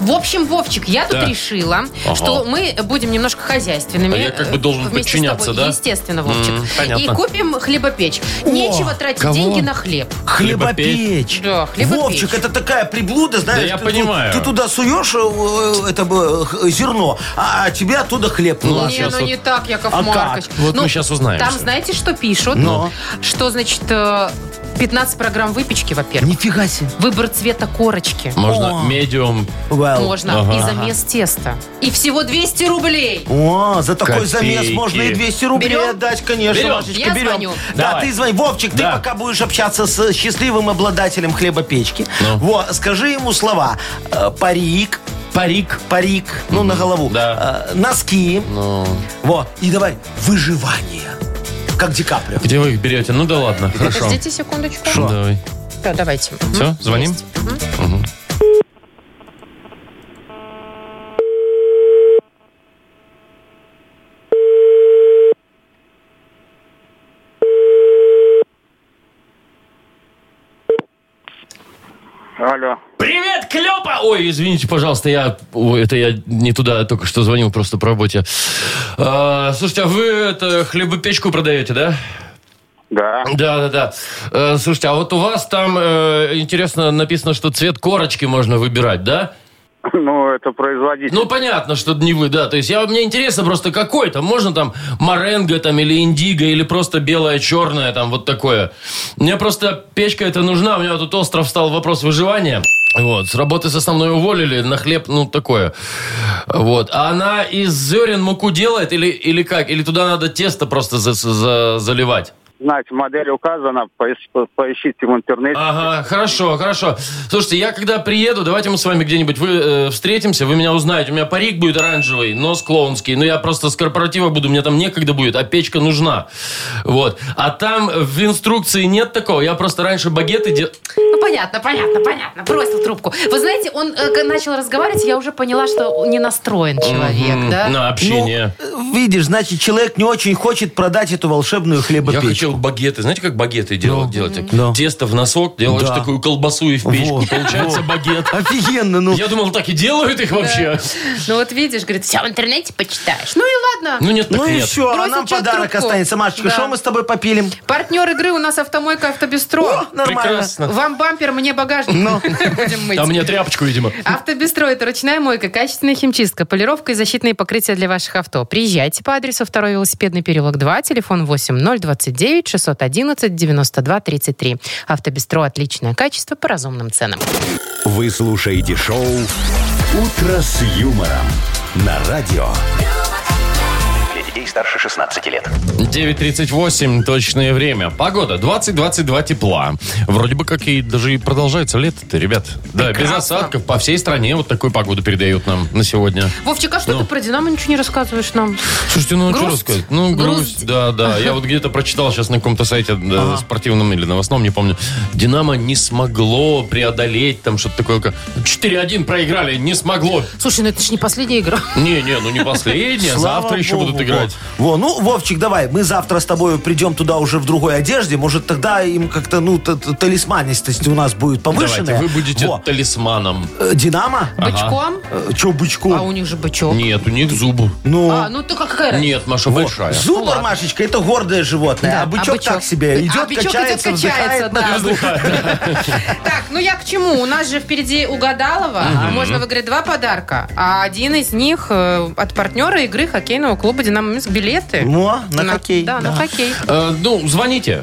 Speaker 3: В общем, Вовчик, я тут
Speaker 2: Да.
Speaker 3: решила,
Speaker 2: Ага.
Speaker 3: что мы будем немножко хозяйственными.
Speaker 2: А я как бы
Speaker 3: э,
Speaker 2: должен
Speaker 3: вместе с
Speaker 2: подчиняться,
Speaker 3: тобой.
Speaker 2: да?
Speaker 3: Естественно, Вовчик.
Speaker 2: М, понятно.
Speaker 3: И купим хлебопечь. Нечего тратить
Speaker 2: кого?
Speaker 3: деньги на хлеб.
Speaker 4: Хлебопечь.
Speaker 3: Да, хлебопечь.
Speaker 4: Вовчик, это такая приблуда, знаешь.
Speaker 2: я
Speaker 4: ты тут-
Speaker 2: понимаю.
Speaker 4: Ты туда суешь э, э, это бы, х- зерно, а а тебе оттуда хлеб
Speaker 2: Ну,
Speaker 4: вылазит.
Speaker 3: Не,
Speaker 2: Сейчас
Speaker 3: ну
Speaker 2: вот-
Speaker 3: не так, Яков
Speaker 4: А как?
Speaker 3: Маркович.
Speaker 2: Вот
Speaker 3: Ну,
Speaker 2: мы Ну. сейчас узнаем
Speaker 3: Там
Speaker 2: всё.
Speaker 3: знаете, что пишут?
Speaker 4: Но.
Speaker 3: Что значит э, 15 программ выпечки, во-первых.
Speaker 4: Нифига себе.
Speaker 3: Выбор цвета корочки.
Speaker 2: Можно
Speaker 4: О.
Speaker 2: медиум.
Speaker 4: Well.
Speaker 3: Можно.
Speaker 2: Ага.
Speaker 3: И замес теста. И всего 200 рублей.
Speaker 4: О, за такой
Speaker 2: Копейки.
Speaker 4: замес можно и 200 рублей
Speaker 3: Берем?
Speaker 4: отдать, конечно,
Speaker 2: Берем.
Speaker 4: Машечка,
Speaker 3: Я
Speaker 4: берем.
Speaker 3: звоню.
Speaker 4: Да,
Speaker 2: Давай.
Speaker 4: ты звони. Вовчик,
Speaker 2: Да.
Speaker 4: ты пока будешь общаться с счастливым обладателем хлебопечки.
Speaker 2: Ну.
Speaker 4: Вот, скажи ему слова. Э, Парик,
Speaker 2: Парик.
Speaker 4: парик, ну, на голову.
Speaker 2: Да.
Speaker 4: Э, Носки.
Speaker 2: Ну,
Speaker 4: Во, и давай выживание. Как Ди Каприо.
Speaker 2: где вы их берете? Ну да ладно, хорошо.
Speaker 3: Подождите секундочку.
Speaker 2: Давай.
Speaker 3: Всё, давайте.
Speaker 2: Все,
Speaker 3: Мгм.
Speaker 2: звоним?
Speaker 3: Есть.
Speaker 2: Мгм.
Speaker 6: Алло.
Speaker 2: Привет, Клёпа! Ой, извините, пожалуйста, я... Ой, это я не туда только что звонил, просто по работе. А, слушайте, а вы это, хлебопечку продаете, да?
Speaker 6: Да.
Speaker 2: Да, да, да. Э, слушайте, а вот у вас там, э, интересно, написано, что цвет корочки можно выбирать, да?
Speaker 6: Ну, это производитель.
Speaker 2: Ну, понятно, что не вы, да. То есть, я, мне интересно просто, какой там. Можно там моренго там или индиго, или просто белое, черное, там вот такое. Мне просто печка эта нужна. У меня тут остров стал вопрос выживания. Вот, с работы с основной уволили, на хлеб, ну, такое. Вот. А она из зерен муку делает или, или как? Или туда надо тесто просто за- за- заливать?
Speaker 6: знать, модель указана, поищ- поищите в интернете.
Speaker 2: Ага, хорошо, хорошо. Слушайте, я когда приеду, давайте мы с вами где-нибудь вы, э, встретимся, вы меня узнаете. У меня парик будет оранжевый, нос клоунский, но я просто с корпоратива буду, мне там некогда будет, а печка нужна. Вот. А там в инструкции нет такого. Я просто раньше багеты... Де...
Speaker 3: Ну, понятно, понятно, понятно. Бросил трубку. Вы знаете, он э, к- начал разговаривать, я уже поняла, что не настроен человек,
Speaker 2: М,
Speaker 3: да?
Speaker 2: На общение.
Speaker 4: Ну, видишь, значит, человек не очень хочет продать эту волшебную
Speaker 2: я
Speaker 4: хлебопечь.
Speaker 2: хотел багеты. Знаете, как багеты делал,
Speaker 3: Ну.
Speaker 2: делать?
Speaker 4: Да.
Speaker 2: Тесто в носок, делаешь
Speaker 4: Ну. Да.
Speaker 2: такую колбасу и в печку.
Speaker 4: Вот,
Speaker 2: Получается
Speaker 4: вот.
Speaker 2: багет.
Speaker 4: Офигенно, ну.
Speaker 2: Я думал, так и делают их вообще.
Speaker 3: Ну, вот видишь, говорит, все в интернете почитаешь. Ну и ладно.
Speaker 2: Ну нет, так
Speaker 4: Ну и
Speaker 2: нет.
Speaker 4: все, а
Speaker 3: Бросил
Speaker 4: нам
Speaker 3: человек
Speaker 4: подарок
Speaker 3: трубку.
Speaker 4: останется. Машечка,
Speaker 3: Да.
Speaker 4: что мы с тобой попилим?
Speaker 3: Партнер игры у нас автомойка «Автобестро».
Speaker 4: О, нормально.
Speaker 2: Прекрасно.
Speaker 3: Вам бампер, мне багажник. Будем мыть.
Speaker 2: А мне тряпочку, видимо.
Speaker 3: Автобестро – это ручная мойка, качественная химчистка, полировка и защитные покрытия для ваших авто. Приезжайте по адресу 2 велосипедный переулок 2, телефон 8029 611 92 33. Автобестро – отличное качество по разумным ценам.
Speaker 1: Вы слушаете шоу «Утро с юмором» на радио.
Speaker 5: Для детей старше 16 лет.
Speaker 2: 9.38 точное время. Погода 20-22 тепла. Вроде бы как и даже и продолжается лето-то, ребят. Да, без осадков по всей стране вот такую погоду передают нам на сегодня.
Speaker 3: Вовчик, а что
Speaker 4: Ну.
Speaker 3: ты про «Динамо» ничего не рассказываешь нам?
Speaker 2: Слушайте, ну а что
Speaker 3: Грусть.
Speaker 2: рассказать? Ну, грусть,
Speaker 3: Грусть.
Speaker 2: да, да. Я вот где-то прочитал сейчас на каком-то сайте да, спортивном или новостном, не помню. Динамо не смогло преодолеть там что-то такое. как 4-1 проиграли, не смогло.
Speaker 3: Слушай, ну это же не последняя игра.
Speaker 2: Не-не, ну не последнее,
Speaker 4: Слава
Speaker 2: завтра еще
Speaker 4: богу,
Speaker 2: будут играть.
Speaker 4: Во. Во, ну, Вовчик, давай, мы завтра с тобой придем туда уже в другой одежде. Может, тогда им как-то, ну, т- т- талисманистость у нас будет повышенная.
Speaker 2: Давайте, вы будете А.
Speaker 4: Во.
Speaker 2: талисманом.
Speaker 4: Э, Динамо?
Speaker 3: Бычком?
Speaker 4: Э, Че, бычку?
Speaker 3: А у них же бычок.
Speaker 2: Нет, у них зубы.
Speaker 4: Ну,
Speaker 3: А, ну ты какая разница?
Speaker 2: Нет, Маша большая.
Speaker 4: зубр, Машечка, это гордое животное.
Speaker 3: Да,
Speaker 4: а бычок,
Speaker 3: а бычок-
Speaker 4: так себе. Идет,
Speaker 3: а бычок идет,
Speaker 4: качается,
Speaker 3: качается,
Speaker 4: вздыхает на
Speaker 3: да.
Speaker 4: ходу.
Speaker 3: Так, ну я к чему? У нас же впереди угадалова. Можно выиграть два подарка. А один из них э, от партнера игры хоккейного клуба «Динамо Минск» билеты.
Speaker 4: Во, на хоккей,
Speaker 3: Да, на
Speaker 4: да.
Speaker 3: хоккей.
Speaker 2: Э, ну, звоните.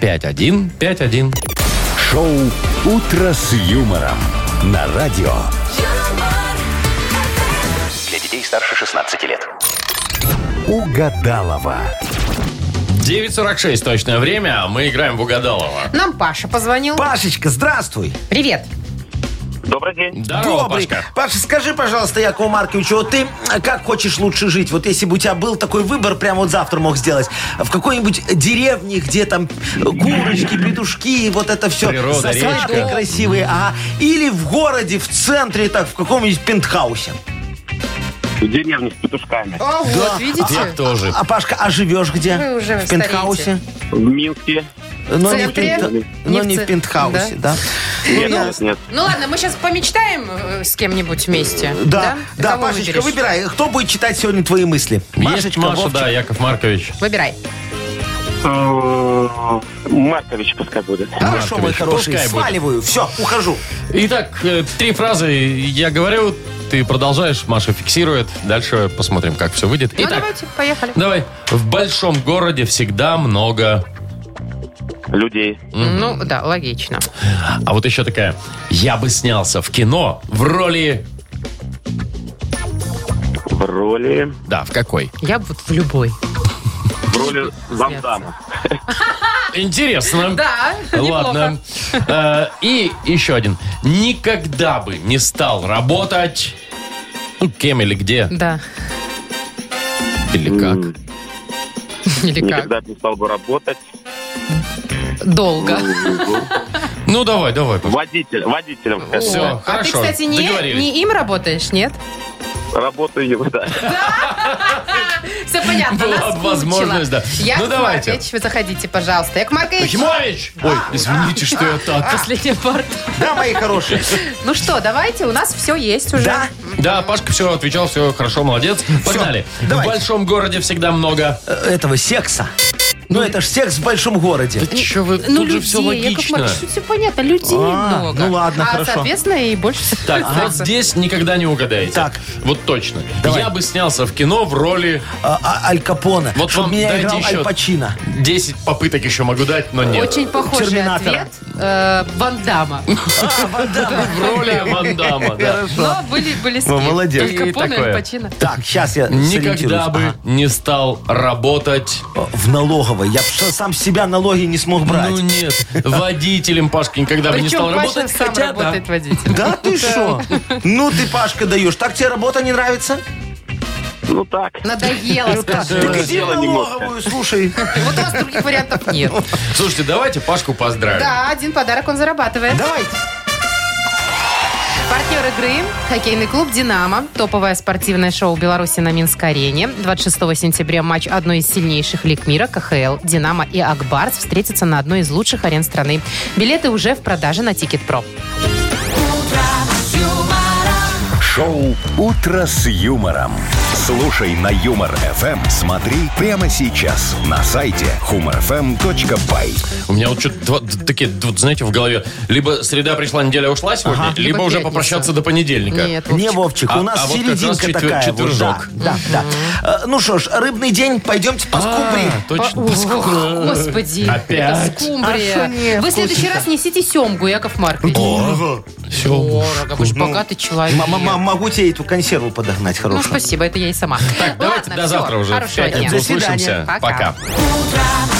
Speaker 2: 8017-269-5151.
Speaker 1: Шоу «Утро с юмором» на радио.
Speaker 5: Для детей старше 16 лет.
Speaker 1: Угадалова.
Speaker 2: 9.46 точное время. Мы играем в Угадалова.
Speaker 3: Нам Паша позвонил.
Speaker 4: Пашечка, здравствуй.
Speaker 3: Привет.
Speaker 6: Добрый день.
Speaker 2: Здорово,
Speaker 4: Добрый.
Speaker 2: Пашка.
Speaker 4: Паша, скажи, пожалуйста, Якову Марковичу, вот ты э, как хочешь лучше жить? Вот если бы у тебя был такой выбор, прямо вот завтра мог сделать, в какой-нибудь деревне, где там э, курочки, петушки, вот это все.
Speaker 2: Природа, речка.
Speaker 4: красивые, ага. Или в городе, в центре, так, в каком-нибудь пентхаусе.
Speaker 6: В деревне с петушками.
Speaker 3: А вот,
Speaker 2: Я
Speaker 3: видите?
Speaker 2: тоже.
Speaker 4: А, Пашка, а живешь где?
Speaker 3: Вы уже
Speaker 4: в пентхаусе?
Speaker 6: В Минске.
Speaker 4: Но,
Speaker 3: В
Speaker 4: не в,
Speaker 3: центре?
Speaker 4: пент-
Speaker 3: Не
Speaker 4: но
Speaker 3: в
Speaker 4: не
Speaker 3: ц-
Speaker 4: в пентхаусе, да?
Speaker 6: Нет, нет, нет.
Speaker 3: Ну ладно, мы сейчас помечтаем э, с кем-нибудь вместе.
Speaker 4: Да, да,
Speaker 3: Кого
Speaker 4: Пашечка,
Speaker 3: выберешь?
Speaker 4: выбирай. Кто будет читать сегодня твои мысли?
Speaker 2: Есть Маша, да, Яков Маркович.
Speaker 3: Выбирай.
Speaker 6: Э, Маркович пускай будет.
Speaker 4: Хорошо, мой
Speaker 2: Маркович,
Speaker 4: хороший,
Speaker 2: пускай будет.
Speaker 4: сваливаю. Все, ухожу.
Speaker 2: Итак, э, три фразы я говорю, ты продолжаешь, Маша фиксирует. Дальше посмотрим, как все выйдет.
Speaker 3: Ну
Speaker 2: Итак,
Speaker 3: давайте, поехали.
Speaker 2: давай. В большом городе всегда много...
Speaker 6: Людей.
Speaker 3: Ну да, логично.
Speaker 2: А вот еще такая. Я бы снялся в кино в роли...
Speaker 6: В роли...
Speaker 2: Да, в какой?
Speaker 3: Я бы вот в любой.
Speaker 6: В роли замдама.
Speaker 2: Интересно.
Speaker 3: Да,
Speaker 2: Ладно.
Speaker 3: неплохо.
Speaker 2: Э, И еще один. Никогда бы не стал работать... Ну, кем или где,
Speaker 3: Да,
Speaker 2: или как.
Speaker 6: М,
Speaker 3: или как?
Speaker 6: Никогда не стал бы работать.
Speaker 3: Долго.
Speaker 2: Ну, давай, давай.
Speaker 6: Водитель, водителем. скажем.
Speaker 2: Всё,
Speaker 3: О, А ты,
Speaker 2: хорошо,
Speaker 3: кстати, не,
Speaker 2: договорились.
Speaker 3: не им работаешь, нет?
Speaker 6: Работаю его, да.
Speaker 3: Все понятно,
Speaker 2: Была
Speaker 3: нас
Speaker 2: бы возможность,
Speaker 3: выручила.
Speaker 2: да.
Speaker 3: Яков
Speaker 2: Ну, давайте.
Speaker 3: Маркович, вы заходите, пожалуйста. Яков Маркович,
Speaker 2: Якимович! Ой, извините, что я так.
Speaker 3: последний пар.
Speaker 4: Да, мои хорошие.
Speaker 3: А. Ну что, давайте, у нас все есть уже.
Speaker 4: Да.
Speaker 2: Да, Пашка все отвечал, все хорошо, молодец. Погнали. В
Speaker 4: давайте.
Speaker 2: большом городе всегда много...
Speaker 4: Э, Этого секса. Ну, это ж секс в большом городе.
Speaker 2: Да чё вы,
Speaker 3: Ну,
Speaker 2: тут же все
Speaker 3: людей, Яков
Speaker 2: логично.
Speaker 3: Маркович, тут все понятно, людей
Speaker 4: А,
Speaker 3: много.
Speaker 4: ну ладно,
Speaker 3: а,
Speaker 4: хорошо.
Speaker 3: соответственно, и больше
Speaker 2: Так,
Speaker 3: секса.
Speaker 2: вот здесь никогда не угадаете.
Speaker 4: Так.
Speaker 2: Вот точно.
Speaker 4: Давай.
Speaker 2: Я бы снялся в кино в роли
Speaker 4: А, а, Аль Капоне.
Speaker 2: Вот
Speaker 4: чтоб
Speaker 2: вам
Speaker 4: меня
Speaker 2: дайте
Speaker 4: играл
Speaker 2: еще.
Speaker 4: Аль Пачино.
Speaker 2: 10 попыток еще могу дать, но нет.
Speaker 3: Очень похожий
Speaker 4: Терминатора.
Speaker 3: ответ э, Ван Дамма.
Speaker 2: Ну, В роли Ван Дамма, да.
Speaker 3: Но были, были
Speaker 4: Ну, молодец.
Speaker 3: Только
Speaker 2: И
Speaker 3: Поне и
Speaker 2: такое.
Speaker 3: Пачино.
Speaker 4: Так, сейчас я сориентируюсь.
Speaker 2: Никогда бы
Speaker 4: Ага.
Speaker 2: не стал работать.
Speaker 4: В налоговой. Я б с- сам с себя налоги не смог брать.
Speaker 2: Ну нет, водителем Пашка никогда бы не стал
Speaker 3: Причем Паша
Speaker 2: работать.
Speaker 3: сам
Speaker 2: хотя да.
Speaker 3: работает водителем.
Speaker 4: Да ты что? Ну ты, Пашка, даешь. Так тебе работа не нравится?
Speaker 6: Ну так.
Speaker 3: Надоело, скажи.
Speaker 4: Так иди в
Speaker 6: дело немножко.
Speaker 4: налоговую, слушай.
Speaker 3: Вот у вас других вариантов нет.
Speaker 2: Ну, Слушайте, давайте Пашку поздравим.
Speaker 3: Да, один подарок он зарабатывает.
Speaker 4: Давайте.
Speaker 3: Партнер игры – хоккейный клуб «Динамо». Топовое спортивное шоу Беларуси на Минской арене. 26 сентября матч одной из сильнейших лиг мира КХЛ. «Динамо» и «Акбарс» встретятся на одной из лучших арен страны. Билеты уже в продаже на Тикет.Про.
Speaker 1: Шоу «Утро с юмором». Слушай на Юмор ФМ. Смотри прямо сейчас на сайте humorfm.by.
Speaker 2: У меня вот что-то два- д- такие, д- вот, знаете, в голове. Либо среда пришла, неделя ушла сегодня, либо,
Speaker 3: Либо
Speaker 2: уже
Speaker 3: пятница.
Speaker 2: попрощаться до понедельника.
Speaker 3: Нет,
Speaker 4: Не,
Speaker 3: Вовчик.
Speaker 4: Вовчик,
Speaker 2: А-
Speaker 4: у нас
Speaker 2: а вот как раз
Speaker 4: серединка
Speaker 2: четвер-
Speaker 4: такая. вот,
Speaker 2: четвержок.
Speaker 4: да, да, да. Э, Ну что ж, рыбный день, пойдемте по скумбрии.
Speaker 2: А, точно.
Speaker 3: Ох, господи, это
Speaker 2: Опять?
Speaker 3: скумбрия.
Speaker 4: А шо не
Speaker 3: Вы в следующий раз несите семгу, Яков Маркович.
Speaker 2: Все.
Speaker 3: Дорого, вы же богатый человек.
Speaker 4: М- м- м- Могу тебе эту консерву подогнать
Speaker 3: Ну,
Speaker 4: хорошую.
Speaker 3: спасибо, это я и сама.
Speaker 2: Так, давайте
Speaker 3: Ладно,
Speaker 2: до
Speaker 3: всё,
Speaker 2: завтра уже. В
Speaker 3: Хорошего дня.
Speaker 2: пятницу услышимся.
Speaker 3: свидания. Пока.
Speaker 2: Пока.
Speaker 8: Утро